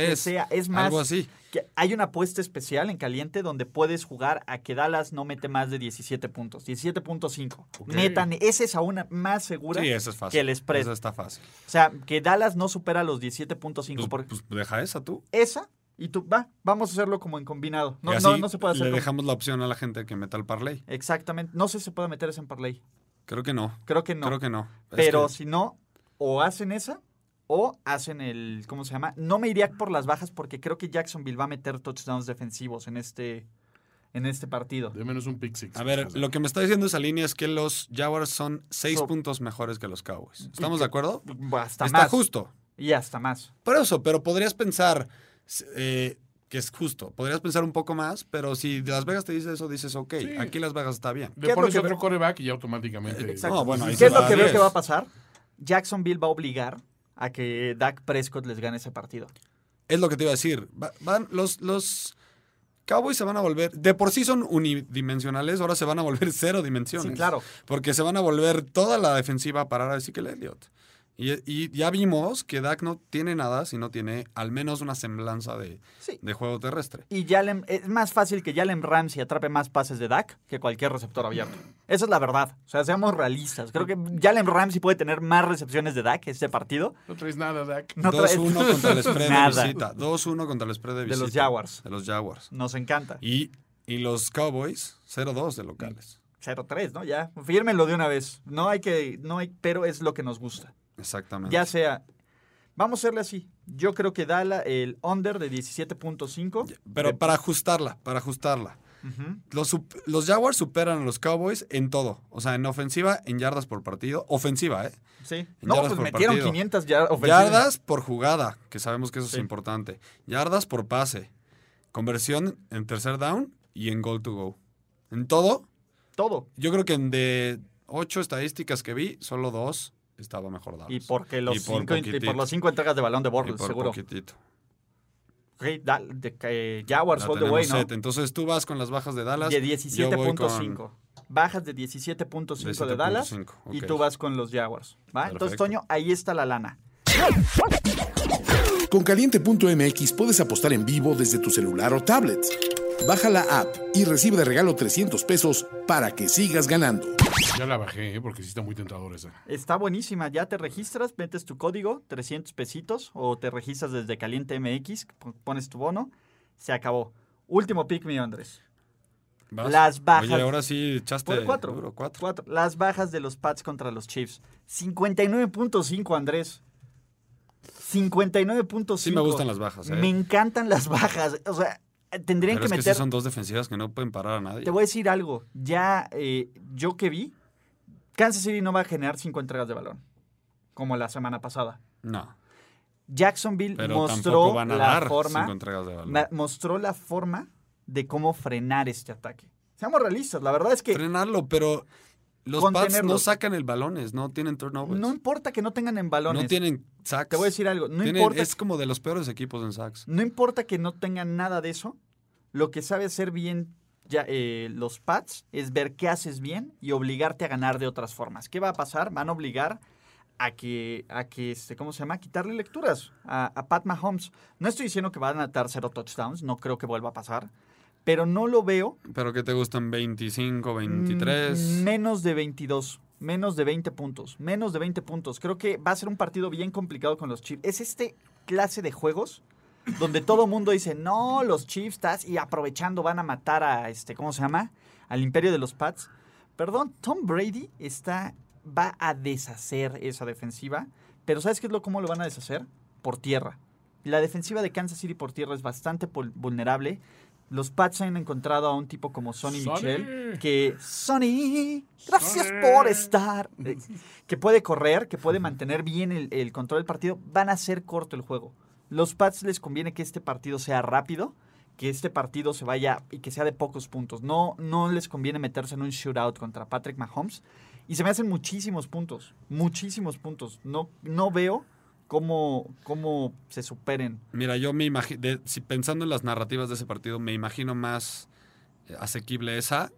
Speaker 4: 13-3,
Speaker 3: sea. Es más,
Speaker 4: algo así.
Speaker 3: que hay una apuesta especial en caliente donde puedes jugar a que Dallas no mete más de 17 puntos. 17.5.
Speaker 6: Ok.
Speaker 3: Metan, esa es aún más segura.
Speaker 4: Sí, eso es fácil.
Speaker 3: que el spread.
Speaker 4: Eso está fácil.
Speaker 3: O sea, que Dallas no supera los
Speaker 4: Pues,
Speaker 3: 17.5. Porque
Speaker 4: pues deja esa tú.
Speaker 3: esa y tú, va, vamos a hacerlo como en combinado. No,
Speaker 4: Y
Speaker 3: no,
Speaker 4: así
Speaker 3: no se puede hacer.
Speaker 4: Le
Speaker 3: como-
Speaker 4: dejamos la opción a la gente que meta el parlay.
Speaker 3: Exactamente. No sé si se puede meter esa en parlay.
Speaker 4: Creo que no.
Speaker 3: Creo que no.
Speaker 4: Creo que no. Es
Speaker 3: Pero
Speaker 4: que-
Speaker 3: si no, o hacen esa o hacen el, ¿cómo se llama? No me iría por las bajas porque creo que Jacksonville va a meter touchdowns defensivos en este, en este partido.
Speaker 6: De menos un pick six.
Speaker 4: a ver, lo que me está diciendo esa línea es que los Jaguars son seis
Speaker 3: So-
Speaker 4: puntos mejores que los Cowboys. ¿Estamos de acuerdo?
Speaker 3: Hasta
Speaker 4: está
Speaker 3: más.
Speaker 4: justo.
Speaker 3: Y hasta más.
Speaker 4: Por eso, pero podrías pensar eh, que es justo. Podrías pensar un poco más, pero si Las Vegas te dice eso, dices, ok,
Speaker 6: Sí.
Speaker 4: aquí Las Vegas está bien.
Speaker 3: ¿Qué
Speaker 6: Le
Speaker 3: es
Speaker 6: pones
Speaker 3: lo que
Speaker 6: otro
Speaker 3: ve-
Speaker 6: coreback y ya automáticamente.
Speaker 4: Exacto. No, bueno, ahí
Speaker 3: ¿Qué
Speaker 4: se
Speaker 3: es lo
Speaker 4: va
Speaker 3: que
Speaker 4: a
Speaker 3: veo que
Speaker 4: diez.
Speaker 3: va a pasar? Jacksonville va a obligar a que Dak Prescott les gane ese partido.
Speaker 4: Es lo que te iba a decir. Va- van, los, los Cowboys se van a volver, de por sí son unidimensionales, ahora se van a volver cero dimensiones.
Speaker 3: Sí, claro.
Speaker 4: Porque se van a volver toda la defensiva a parar a Ezekiel Elliott. Y, y ya vimos que Dak no tiene nada si no tiene al menos una semblanza de,
Speaker 3: Sí.
Speaker 4: de juego terrestre.
Speaker 3: Y Jalen, es más fácil que Jalen Ramsey atrape más pases de Dak que cualquier receptor abierto. Esa es la verdad. O sea, seamos realistas. Creo que Jalen Ramsey puede tener más recepciones de Dak este partido
Speaker 6: No traes nada, Dak.
Speaker 3: No traes
Speaker 4: 2-1 contra el spread
Speaker 3: nada.
Speaker 4: de visita. 2-1 contra el spread de
Speaker 3: de
Speaker 4: visita.
Speaker 3: los Jaguars.
Speaker 4: De los Jaguars.
Speaker 3: Nos encanta.
Speaker 4: Y, y los Cowboys, 0-2 de locales.
Speaker 3: 0-3, ¿no? Ya, fírmenlo de una vez. No hay que, no hay, pero es lo que nos gusta.
Speaker 4: Exactamente.
Speaker 3: Ya sea, vamos a hacerle así. Yo creo que da la- el under de 17.5.
Speaker 4: Pero para ajustarla, para ajustarla.
Speaker 3: Ujú.
Speaker 4: Los, sup- los Jaguars superan a los Cowboys en todo. O sea, en ofensiva, en yardas por partido. Ofensiva, ¿eh?
Speaker 3: Sí.
Speaker 4: En
Speaker 3: No,
Speaker 4: yardas
Speaker 3: pues
Speaker 4: por
Speaker 3: metieron
Speaker 4: partido.
Speaker 3: 500 ya ofensivas.
Speaker 4: Yardas por jugada, que sabemos que eso
Speaker 3: Sí.
Speaker 4: es importante. Yardas por pase. Conversión en tercer down y en goal to go. En todo,
Speaker 3: Todo.
Speaker 4: yo creo que en de ocho estadísticas que vi, solo dos estaba mejor dadas.
Speaker 3: Y porque los
Speaker 4: Y por
Speaker 3: cinco, y
Speaker 4: poquitito.
Speaker 3: por los cinco entregas de balón de Borges, seguro.
Speaker 4: poquitito.
Speaker 3: Ok, da- de- eh, Jaguars
Speaker 4: La
Speaker 3: all the
Speaker 4: tenemos
Speaker 3: way, ¿no?
Speaker 4: set. Entonces tú vas con las bajas de Dallas.
Speaker 3: De
Speaker 4: yo voy con
Speaker 3: 17.5. Bajas de 17.5 de Dallas
Speaker 4: 17.5,
Speaker 3: y
Speaker 4: ok.
Speaker 3: tú vas con los Jaguars. ¿va? Entonces,
Speaker 4: Perfecto.
Speaker 3: Toño, ahí está la lana.
Speaker 5: Con caliente.mx puedes apostar en vivo desde tu celular o tablet. Baja la app y recibe de regalo 300 pesos para que sigas ganando.
Speaker 6: Ya la bajé, ¿eh? porque sí está muy tentadora esa.
Speaker 3: Está buenísima. Ya te registras, metes tu código, 300 pesitos, o te registras desde Caliente MX, p- pones tu bono, se acabó. Último pick, mi Andrés.
Speaker 4: ¿Vas?
Speaker 3: Las bajas.
Speaker 4: Oye, ahora sí echaste
Speaker 3: Por cuatro.
Speaker 4: duro, cuatro.
Speaker 3: Cuatro. Las bajas de los Pats contra los Chiefs. 59.5, Andrés. 59.5.
Speaker 4: Sí me gustan las bajas, ¿eh?
Speaker 3: Me encantan las bajas. O sea, tendrían
Speaker 4: Pero
Speaker 3: que
Speaker 4: es que
Speaker 3: meter.
Speaker 4: sí son dos defensivas que no pueden parar a nadie.
Speaker 3: Te voy a decir algo. Ya eh, yo que vi, Kansas City no va a generar cinco entregas de balón, como la semana pasada.
Speaker 4: No,
Speaker 3: Jacksonville
Speaker 4: pero
Speaker 3: mostró
Speaker 4: tampoco van a
Speaker 3: la
Speaker 4: dar cinco
Speaker 3: forma,
Speaker 4: entregas de balón.
Speaker 3: ma- mostró la forma de cómo frenar este ataque. Seamos realistas, la verdad es que
Speaker 4: Frenarlo, pero los Pats
Speaker 3: Contenerlo.
Speaker 4: no sacan el balones, no tienen turnovers.
Speaker 3: no importa que no tengan en
Speaker 4: No
Speaker 3: balones.
Speaker 4: tienen sacks.
Speaker 3: Te voy a decir algo, no
Speaker 4: Tienen-
Speaker 3: importa,
Speaker 4: Es como de los peores equipos en sacks.
Speaker 3: no importa que no tengan nada de eso, lo que sabe hacer bien ya, eh, los Pats es ver qué haces bien y obligarte a ganar de otras formas. ¿Qué va a pasar? Van a obligar a que, a que este, ¿cómo se llama? Quitarle lecturas a, a Pat Mahomes. No estoy diciendo que van a atar cero touchdowns, no creo que vuelva a pasar, pero no lo veo
Speaker 4: Pero que te gustan 25,
Speaker 3: Mm,
Speaker 4: 23.
Speaker 3: Menos de 22. Menos de 20 puntos. Menos de 20 puntos. Creo que va a ser un partido bien complicado con los Chiefs. Es este clase de juegos donde todo mundo dice, no, los Chiefs estás y aprovechando van a matar a este, ¿cómo se llama? Al imperio de los Pats. Perdón, Tom Brady está, va a deshacer esa defensiva, pero ¿sabes qué es lo cómo lo van a deshacer? Por tierra. La defensiva de Kansas City por tierra es bastante pol- vulnerable. Los Pats han encontrado a un tipo como Sonny
Speaker 6: Sonny.
Speaker 3: Michel, que Sonny, gracias por estar, Eh, que puede correr, que puede mantener bien el, el control del partido, van a hacer corto el juego. Los Pats les conviene que este partido sea rápido, que este partido se vaya y que sea de pocos puntos. No, no les conviene meterse en un shootout contra Patrick Mahomes. Y se me hacen muchísimos puntos, muchísimos puntos. No, no veo cómo, cómo se superen.
Speaker 4: Mira, yo me imagino, si pensando en las narrativas de ese partido, me imagino más eh, asequible esa,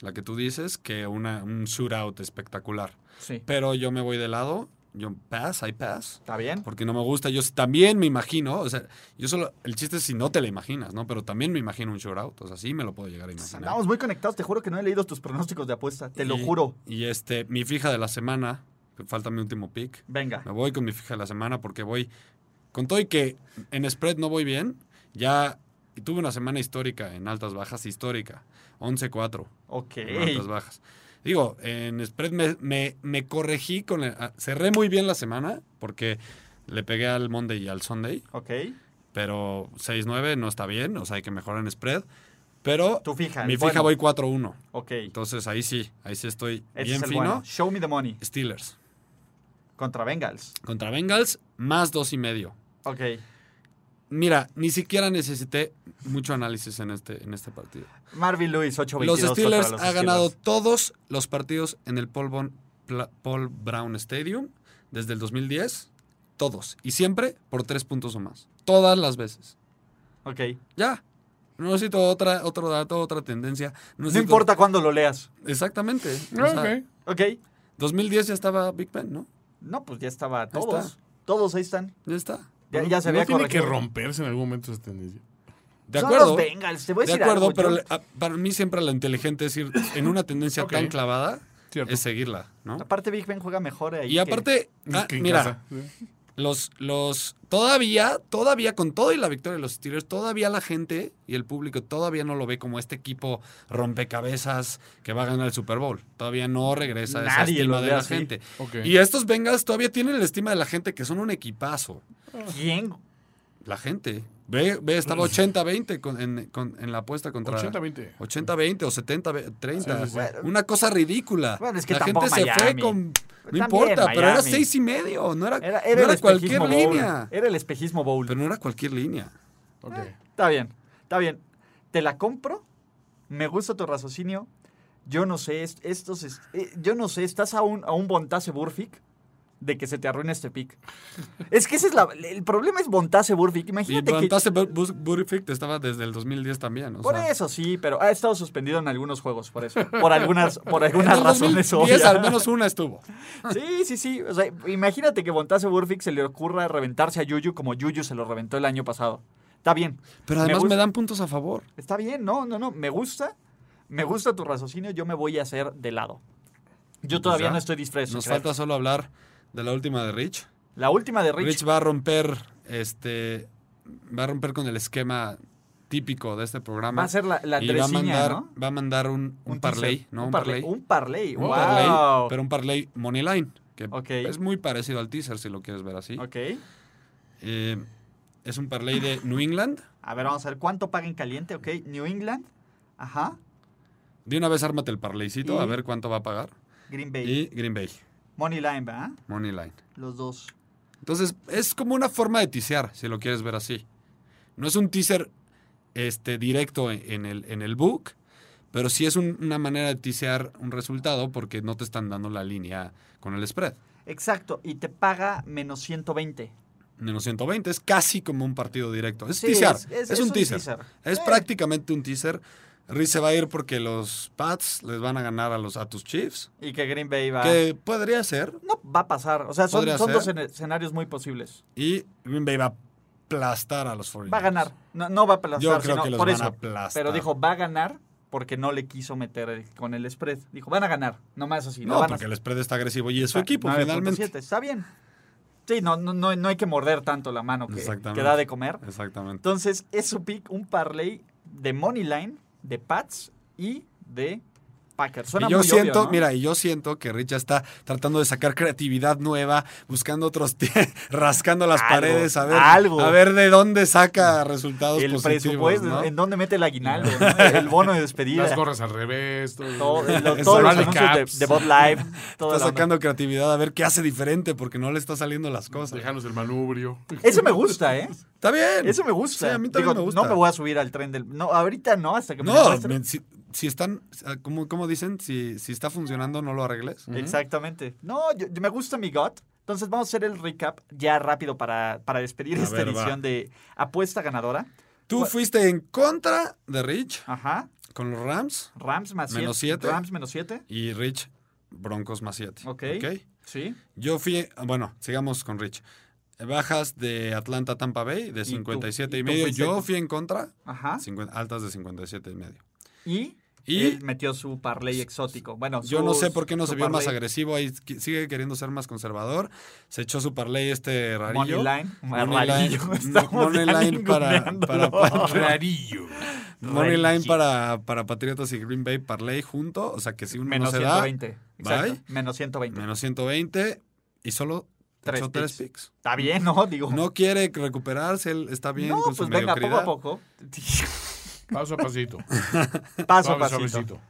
Speaker 4: la que tú dices, que una, un shootout espectacular.
Speaker 3: Sí.
Speaker 4: Pero yo me voy de lado, yo pass, I pass,
Speaker 3: ¿Está bien?
Speaker 4: porque no me gusta. Yo s- también me imagino, o sea, yo solo, el chiste es si no te la imaginas, ¿no? Pero también me imagino un shootout, o sea, sí me lo puedo llegar a imaginar.
Speaker 3: Pues Andamos muy conectados, te juro que no he leído tus pronósticos de apuesta, te lo
Speaker 4: Y-
Speaker 3: juro.
Speaker 4: Y este, mi fija de la semana, que falta mi último pick.
Speaker 3: Venga.
Speaker 4: Me voy con mi fija de la semana porque voy. Con todo y que en spread no voy bien, ya tuve una semana histórica en altas bajas, histórica. 11-4
Speaker 3: Ok.
Speaker 4: en altas bajas. Digo, en spread me, me- me corregí con. el- ah, cerré muy bien la semana porque le pegué al Monday y al Sunday,
Speaker 3: Ok.
Speaker 4: pero 6-9 no está bien, o sea, hay que mejorar en spread. Pero
Speaker 3: Tu fija.
Speaker 4: mi
Speaker 3: el bueno.
Speaker 4: fija voy 4-1.
Speaker 3: Ok.
Speaker 4: Entonces ahí sí, ahí sí estoy
Speaker 3: Ese
Speaker 4: bien
Speaker 3: es el
Speaker 4: fino.
Speaker 3: bueno. Show me the money.
Speaker 4: Steelers
Speaker 3: Contra Bengals.
Speaker 4: contra Bengals, más dos y medio.
Speaker 3: Ok.
Speaker 4: Mira, ni siquiera necesité mucho análisis en este, en este partido.
Speaker 3: Marvin Lewis, 8-22.
Speaker 4: Los
Speaker 3: contra
Speaker 4: Steelers
Speaker 3: los
Speaker 4: ha ganado todos los partidos en el Paul, Bon- Pla- Paul Brown Stadium desde el 2010. Todos. Y siempre por tres puntos o más. Todas las veces.
Speaker 3: Ok.
Speaker 4: Ya. No necesito otra, otro dato, otra tendencia.
Speaker 3: No
Speaker 4: necesito-
Speaker 3: importa cuándo lo leas.
Speaker 4: Exactamente. O
Speaker 6: Ah,
Speaker 4: sea,
Speaker 6: Ok.
Speaker 3: Ah, Ok.
Speaker 4: 2010 ya estaba Big Ben, ¿no?
Speaker 3: No, pues ya estaba
Speaker 4: está.
Speaker 3: todos. Todos ahí están.
Speaker 4: Ya está.
Speaker 3: Ya, ya se
Speaker 6: ¿No
Speaker 3: había
Speaker 6: tiene que
Speaker 3: corregido.
Speaker 6: romperse en algún momento esa tendencia.
Speaker 4: De
Speaker 3: Son
Speaker 4: acuerdo.
Speaker 3: los Bengals, te voy a
Speaker 4: De
Speaker 3: decir
Speaker 4: acuerdo,
Speaker 3: algo,
Speaker 4: pero
Speaker 3: yo-
Speaker 4: le- ah, a- para mí siempre lo inteligente es ir en una tendencia
Speaker 6: Ok.
Speaker 4: tan clavada
Speaker 6: Cierto.
Speaker 4: es seguirla, ¿no?
Speaker 3: Aparte Big Ben juega mejor ahí.
Speaker 4: Y aparte, ah,
Speaker 6: Que en
Speaker 4: mira,
Speaker 6: casa. Sí.
Speaker 4: los, los todavía, todavía con todo y la victoria de los Steelers, todavía la gente y el público todavía no lo ve como este equipo rompecabezas que va a ganar el Super Bowl. Todavía no regresa a esa
Speaker 3: Nadie
Speaker 4: estima
Speaker 3: lo
Speaker 4: de
Speaker 3: ve
Speaker 4: la
Speaker 3: así.
Speaker 4: gente.
Speaker 6: Ok.
Speaker 4: Y estos Bengals todavía tienen la estima de la gente que son un equipazo.
Speaker 3: que- ¿Quién?
Speaker 4: La gente. Ve, ve
Speaker 6: Mm.
Speaker 4: estaba 80-20 con- en, con- en la apuesta contra
Speaker 6: 80-20.
Speaker 4: 80-20 o 70-30.
Speaker 6: Sí, sí, sí.
Speaker 3: Bueno.
Speaker 4: Una cosa ridícula.
Speaker 3: Bueno, es que
Speaker 4: la
Speaker 3: tampoco
Speaker 4: gente se fue
Speaker 3: Miami.
Speaker 4: con. No
Speaker 3: También
Speaker 4: importa, pero era
Speaker 3: Miami.
Speaker 4: seis y medio. No era,
Speaker 3: Era,
Speaker 4: no
Speaker 3: era el
Speaker 4: era cualquier
Speaker 3: espejismo bowl.
Speaker 4: línea.
Speaker 3: Era el espejismo bowl.
Speaker 4: Pero no era cualquier línea.
Speaker 6: Ok.
Speaker 3: Está bien, está bien. Te la compro. Me gusta tu raciocinio. Yo no sé, est- estos es- eh, yo no sé, estás a un, a un Bontase Burfic de que se te arruine este pick. es que ese es la, el problema es Bontase Burfic.
Speaker 4: Y
Speaker 3: Imagínate que
Speaker 4: Fantastic Butterfield estaba desde el 2010 también. O
Speaker 3: por
Speaker 4: sea,
Speaker 3: eso sí, pero ha estado suspendido en algunos juegos, por eso. Por algunas, por algunas
Speaker 4: en el
Speaker 3: razones
Speaker 4: 2010
Speaker 3: obvias.
Speaker 4: al menos una estuvo.
Speaker 3: Sí, sí, sí. O sea, imagínate que Bontase Burfic se le ocurra reventarse a Yuyu como Yuyu se lo reventó el año pasado. Está bien.
Speaker 4: Pero además me,
Speaker 3: gusta-
Speaker 4: dan puntos a favor.
Speaker 3: Está bien, no, no, no. Me gusta. Me gusta tu raciocinio. Yo me voy a hacer de lado. Yo todavía
Speaker 4: pues ya.
Speaker 3: no estoy disfraz.
Speaker 4: Nos
Speaker 3: creo.
Speaker 4: falta solo hablar de la última de Rich.
Speaker 3: La última de
Speaker 4: Rich.
Speaker 3: Rich.
Speaker 4: va a romper este va a romper con el esquema típico de este programa.
Speaker 3: va a ser la, la
Speaker 4: y va a
Speaker 3: tresinha,
Speaker 4: mandar,
Speaker 3: ¿no?
Speaker 4: va a mandar un, un, parlay,
Speaker 3: teaser.
Speaker 4: ¿no? Un parlay.
Speaker 3: Un parlay.
Speaker 4: Un
Speaker 3: wow.
Speaker 4: parlay, pero un parlay Moneyline, que
Speaker 3: Ok.
Speaker 4: es muy parecido al teaser si lo quieres ver así.
Speaker 3: Ok.
Speaker 4: Eh, es un parlay de New England.
Speaker 3: A ver, vamos a ver cuánto paga en caliente. Ok. New England. Ajá.
Speaker 4: De una vez ármate el parlaycito,
Speaker 3: Y-
Speaker 4: a ver cuánto va a pagar.
Speaker 3: Green Bay.
Speaker 4: Y Green Bay,
Speaker 3: Money Line, ¿verdad?
Speaker 4: Moneyline.
Speaker 3: Los dos.
Speaker 4: Entonces, es como una forma de tisear, si lo quieres ver así. No es un teaser este, directo en- en el, en el book, pero sí es un- una manera de tisear un resultado porque no te están dando la línea con el spread.
Speaker 3: Exacto. Y te paga menos 120.
Speaker 4: Menos 120 es casi como un partido directo. Es
Speaker 3: Sí,
Speaker 4: tisear,
Speaker 3: es-
Speaker 4: es,
Speaker 3: es-
Speaker 4: un, teaser. Es
Speaker 3: Sí.
Speaker 4: prácticamente un teaser. Riz se va a ir porque los Pats les van a ganar a, los, a tus Chiefs,
Speaker 3: Y que Green Bay va.
Speaker 4: que podría ser.
Speaker 3: No va a pasar. O sea, son,
Speaker 4: Podría
Speaker 3: son
Speaker 4: ser.
Speaker 3: dos escena- escenarios muy posibles.
Speaker 4: Y Green Bay va a aplastar a los 49ers.
Speaker 3: Va a ganar. No, no va a aplastar.
Speaker 4: Yo creo
Speaker 3: sino-
Speaker 4: que los
Speaker 3: por
Speaker 4: van
Speaker 3: eso.
Speaker 4: a aplastar.
Speaker 3: Pero dijo, va a ganar porque no le quiso meter el- con el spread. Dijo, van a ganar. Ah, Nomás así. lo
Speaker 4: No,
Speaker 3: van a-
Speaker 4: porque el spread está agresivo y es su
Speaker 3: Está-
Speaker 4: equipo,
Speaker 3: 9.7,
Speaker 4: finalmente.
Speaker 3: Está bien. Sí, no, no, no, no hay que morder tanto la mano que,
Speaker 4: Exactamente.
Speaker 3: que da de comer.
Speaker 4: Exactamente.
Speaker 3: Entonces, es un pick, un parlay de Money Line, de Pats y de Packers. Suena
Speaker 4: Y yo
Speaker 3: muy obvio,
Speaker 4: siento,
Speaker 3: ¿no?
Speaker 4: mira, y yo siento que Richa está tratando de sacar creatividad nueva, buscando otros, tie- rascando las
Speaker 3: Algo,
Speaker 4: paredes, a ver,
Speaker 3: algo.
Speaker 4: a ver de dónde saca resultados
Speaker 3: el
Speaker 4: positivos,
Speaker 3: presupuesto,
Speaker 4: ¿no?
Speaker 3: en dónde mete el aguinaldo, ¿no? el bono de despedida.
Speaker 6: Las gorras al revés. Todo,
Speaker 3: Todo- lo-
Speaker 6: Eso,
Speaker 3: todos los
Speaker 6: vale,
Speaker 3: anuncios
Speaker 6: caps.
Speaker 3: de, de Bud Live. toda
Speaker 4: Está
Speaker 3: la onda.
Speaker 4: sacando creatividad a ver qué hace diferente porque no le está saliendo las cosas.
Speaker 6: Dejanos el manubrio.
Speaker 3: Eso me gusta, ¿eh?
Speaker 4: Está bien.
Speaker 3: Eso me gusta.
Speaker 4: Sí, a mí también
Speaker 3: Digo,
Speaker 4: me gusta.
Speaker 3: No me voy a subir al tren del... No, ahorita no, hasta que me
Speaker 4: No,
Speaker 3: demuestren.
Speaker 4: men, si, si están, como, dicen, si, si está funcionando, no lo arregles.
Speaker 3: Mm. Exactamente. No, yo- yo- me gusta mi gut. Entonces vamos a hacer el recap ya rápido para, para despedir
Speaker 4: A
Speaker 3: esta
Speaker 4: ver, va.
Speaker 3: edición de Apuesta Ganadora.
Speaker 4: Tú fuiste en contra de Rich
Speaker 3: Ajá.
Speaker 4: con los Rams
Speaker 3: Rams más
Speaker 4: Menos siete.
Speaker 3: Rams menos 7.
Speaker 4: y Rich Broncos más 7.
Speaker 3: Ok. Sí.
Speaker 4: Yo fui, bueno, sigamos con Rich. Bajas de Atlanta a Tampa Bay de
Speaker 3: tú-
Speaker 4: 57 y,
Speaker 3: y tú
Speaker 4: medio.
Speaker 3: fuiste-
Speaker 4: Yo fui en contra,
Speaker 3: Ajá.
Speaker 4: 50 altas de 57 y medio.
Speaker 3: Y,
Speaker 4: Y-
Speaker 3: él metió su parlay exótico. Bueno,
Speaker 4: Yo
Speaker 3: su-
Speaker 4: no sé por qué no
Speaker 3: su
Speaker 4: se vio más
Speaker 3: parlay
Speaker 4: agresivo, ahí qui- sigue queriendo ser más conservador. Se echó su parlay este rarillo.
Speaker 3: Money line.
Speaker 4: Money
Speaker 3: Rarillo.
Speaker 4: line.
Speaker 3: Estamos
Speaker 4: Money
Speaker 3: ya
Speaker 4: line para, para,
Speaker 3: ninguneándolo.
Speaker 6: Rarillo.
Speaker 4: Money
Speaker 3: Rarillo.
Speaker 4: line para, para Patriotas y Green Bay parlay junto. O sea que si uno
Speaker 3: Menos
Speaker 4: no se da,
Speaker 3: 120. Exacto.
Speaker 4: bye.
Speaker 3: Menos 120.
Speaker 4: menos 120 y solo
Speaker 3: Tres
Speaker 4: echó tres
Speaker 3: picks.
Speaker 4: picks.
Speaker 3: Está bien, ¿no? Digo.
Speaker 4: No quiere recuperarse, él está bien
Speaker 3: no,
Speaker 4: con su
Speaker 3: pues venga, poco a
Speaker 4: mediocridad.
Speaker 3: poco.
Speaker 6: Paso a pasito.
Speaker 3: Paso a
Speaker 6: Suave,
Speaker 3: pasito.
Speaker 6: suavecito.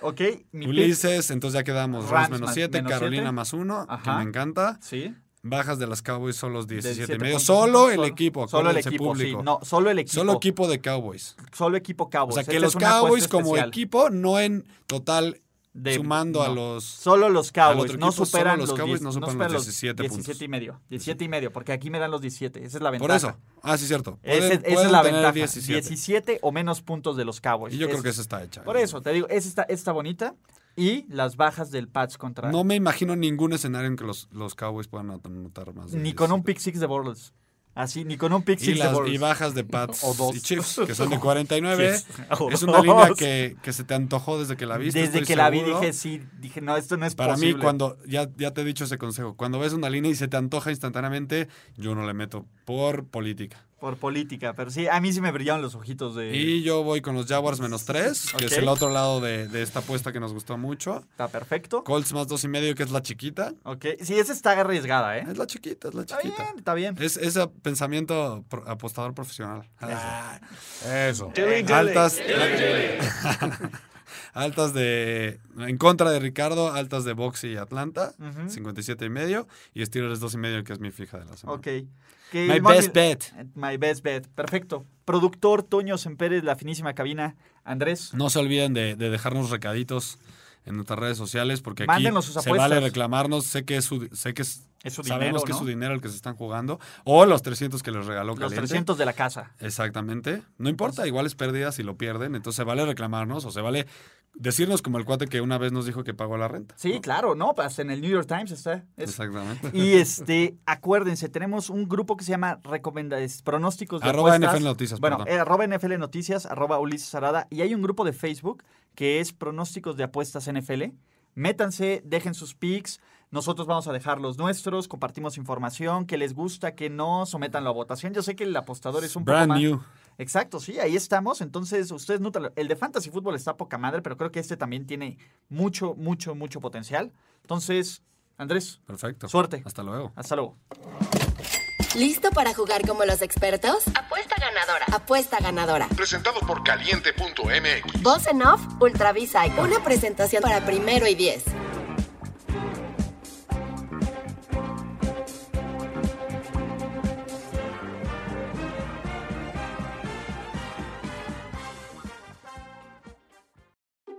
Speaker 3: Ok, mi pick.
Speaker 4: Ulises, entonces ya quedamos.
Speaker 3: Rams
Speaker 4: Rams menos
Speaker 3: más-
Speaker 4: 7,
Speaker 3: menos
Speaker 4: Carolina
Speaker 3: siete.
Speaker 4: más 1, que
Speaker 3: Ajá.
Speaker 4: me encanta.
Speaker 3: Sí.
Speaker 4: Bajas de las Cowboys son los 17 y
Speaker 3: Del
Speaker 4: medio.
Speaker 3: 7.5.
Speaker 4: Solo el
Speaker 3: Solo-
Speaker 4: equipo,
Speaker 3: Solo el
Speaker 4: acuérdense,
Speaker 3: equipo,
Speaker 4: público.
Speaker 3: sí. No, solo el equipo.
Speaker 4: Solo equipo de Cowboys.
Speaker 3: solo equipo
Speaker 4: O
Speaker 3: Cowboys.
Speaker 4: sea, que
Speaker 3: Esta
Speaker 4: los
Speaker 3: es una apuesta
Speaker 4: Cowboys como
Speaker 3: especial
Speaker 4: equipo, no en total
Speaker 3: de-
Speaker 4: sumando a
Speaker 3: no.
Speaker 4: los...
Speaker 3: Solo los Cowboys.
Speaker 4: otro
Speaker 3: no
Speaker 4: equipo,
Speaker 3: superan
Speaker 4: solo los
Speaker 3: los
Speaker 4: Cowboys
Speaker 3: 10
Speaker 4: no superan los 17 puntos.
Speaker 3: 17 y medio. 17 y medio, porque aquí me dan los 17. Esa es la
Speaker 4: Por
Speaker 3: ventaja.
Speaker 4: eso. Ah, sí, cierto.
Speaker 3: Ese-
Speaker 4: Pueden-
Speaker 3: esa
Speaker 4: pueden
Speaker 3: es la
Speaker 4: tener
Speaker 3: ventaja.
Speaker 4: 17.
Speaker 3: 17 o menos puntos de los Cowboys.
Speaker 4: Y yo creo que
Speaker 3: es.
Speaker 4: esa está hecha.
Speaker 3: Por eso, te digo, esa está, esa está bonita. Y las bajas del Pats contra.
Speaker 4: No me imagino ningún escenario en que los, los Cowboys puedan anotar más de
Speaker 3: ni con un
Speaker 4: 17.
Speaker 3: pick six de Bortles. Así, ni con un pick
Speaker 4: y,
Speaker 3: six de
Speaker 4: las,
Speaker 3: Bortles.
Speaker 4: y bajas de Pats
Speaker 3: O dos.
Speaker 4: y Chiefs, que son de 49.
Speaker 3: O
Speaker 4: Es una línea
Speaker 3: dos.
Speaker 4: que, que se te antojó desde que la viste.
Speaker 3: Desde
Speaker 4: estoy
Speaker 3: que la vi
Speaker 4: seguro.
Speaker 3: dije, sí, dije, no, esto no es
Speaker 4: Para
Speaker 3: posible.
Speaker 4: mí, cuando, ya, ya te he dicho ese consejo, cuando ves una línea y se te antoja instantáneamente, yo no le meto por política.
Speaker 3: Por política, pero sí, a mí sí me brillaron los ojitos de...
Speaker 4: Y yo voy con los Jaguars menos 3, que es
Speaker 3: Ok.
Speaker 4: el otro lado de, de esta apuesta que nos gustó mucho.
Speaker 3: Está perfecto.
Speaker 4: Colts más dos y medio, que es la chiquita.
Speaker 3: Ok, sí, esa está arriesgada, ¿eh?
Speaker 4: Es la chiquita, es la
Speaker 3: Está
Speaker 4: chiquita. Eh,
Speaker 3: bien, está bien.
Speaker 4: Es ese pensamiento pro- apostador profesional.
Speaker 6: Eso.
Speaker 4: eh, Altas. altas de. En contra de Ricardo, altas de Boxy y Atlanta, 57 y medio. Y Steelers 2 y medio, que es mi fija de la semana.
Speaker 3: Ok. Que
Speaker 4: My
Speaker 3: el móvil-
Speaker 4: best bet.
Speaker 3: My best bet, perfecto. Productor Toño Sempérez, la finísima cabina. Andrés,
Speaker 4: No se olviden de, de dejarnos recaditos en nuestras redes sociales, porque aquí
Speaker 3: Mándenos sus
Speaker 4: se
Speaker 3: apuestas.
Speaker 4: vale reclamarnos. Sé que es su, sé que es-
Speaker 3: Es su
Speaker 4: sabemos
Speaker 3: dinero,
Speaker 4: que es su
Speaker 3: ¿no?
Speaker 4: dinero el que se están jugando. O los 300 que les regaló
Speaker 3: los
Speaker 4: Caliente.
Speaker 3: 300 de la casa.
Speaker 4: Exactamente. No importa, igual es pérdida si lo pierden. Entonces se vale reclamarnos o se vale decirnos como el cuate que una vez nos dijo que pagó la renta.
Speaker 3: Sí, claro, no, pues en el New York Times está. es-
Speaker 4: Exactamente.
Speaker 3: Y este, acuérdense, tenemos un grupo que se llama Recomendaciones, Pronósticos de
Speaker 4: Arroba
Speaker 3: Apuestas.
Speaker 4: NFL Noticias,
Speaker 3: Bueno,
Speaker 4: perdón.
Speaker 3: eh, arroba NFL Noticias, arroba Ulises Arada. Y hay un grupo de Facebook que es Pronósticos de Apuestas NFL. Métanse, dejen sus pics. Nosotros vamos a dejar los nuestros, compartimos información que les gusta, que no, sometanlo a votación. Yo sé que el apostador es un poco
Speaker 4: Brand
Speaker 3: más-
Speaker 4: new.
Speaker 3: Exacto, sí, ahí estamos. Entonces, ustedes nútalo. El de Fantasy Fútbol está poca madre, pero creo que este también tiene mucho, mucho, mucho potencial. Entonces, Andrés,
Speaker 4: Perfecto.
Speaker 3: Suerte.
Speaker 4: Hasta luego.
Speaker 3: hasta luego.
Speaker 1: ¿Listo para jugar como los expertos? Apuesta ganadora. Apuesta ganadora.
Speaker 2: Presentado por caliente.mx.
Speaker 1: Voz en off, Ultravisa. Una presentación para primero y diez.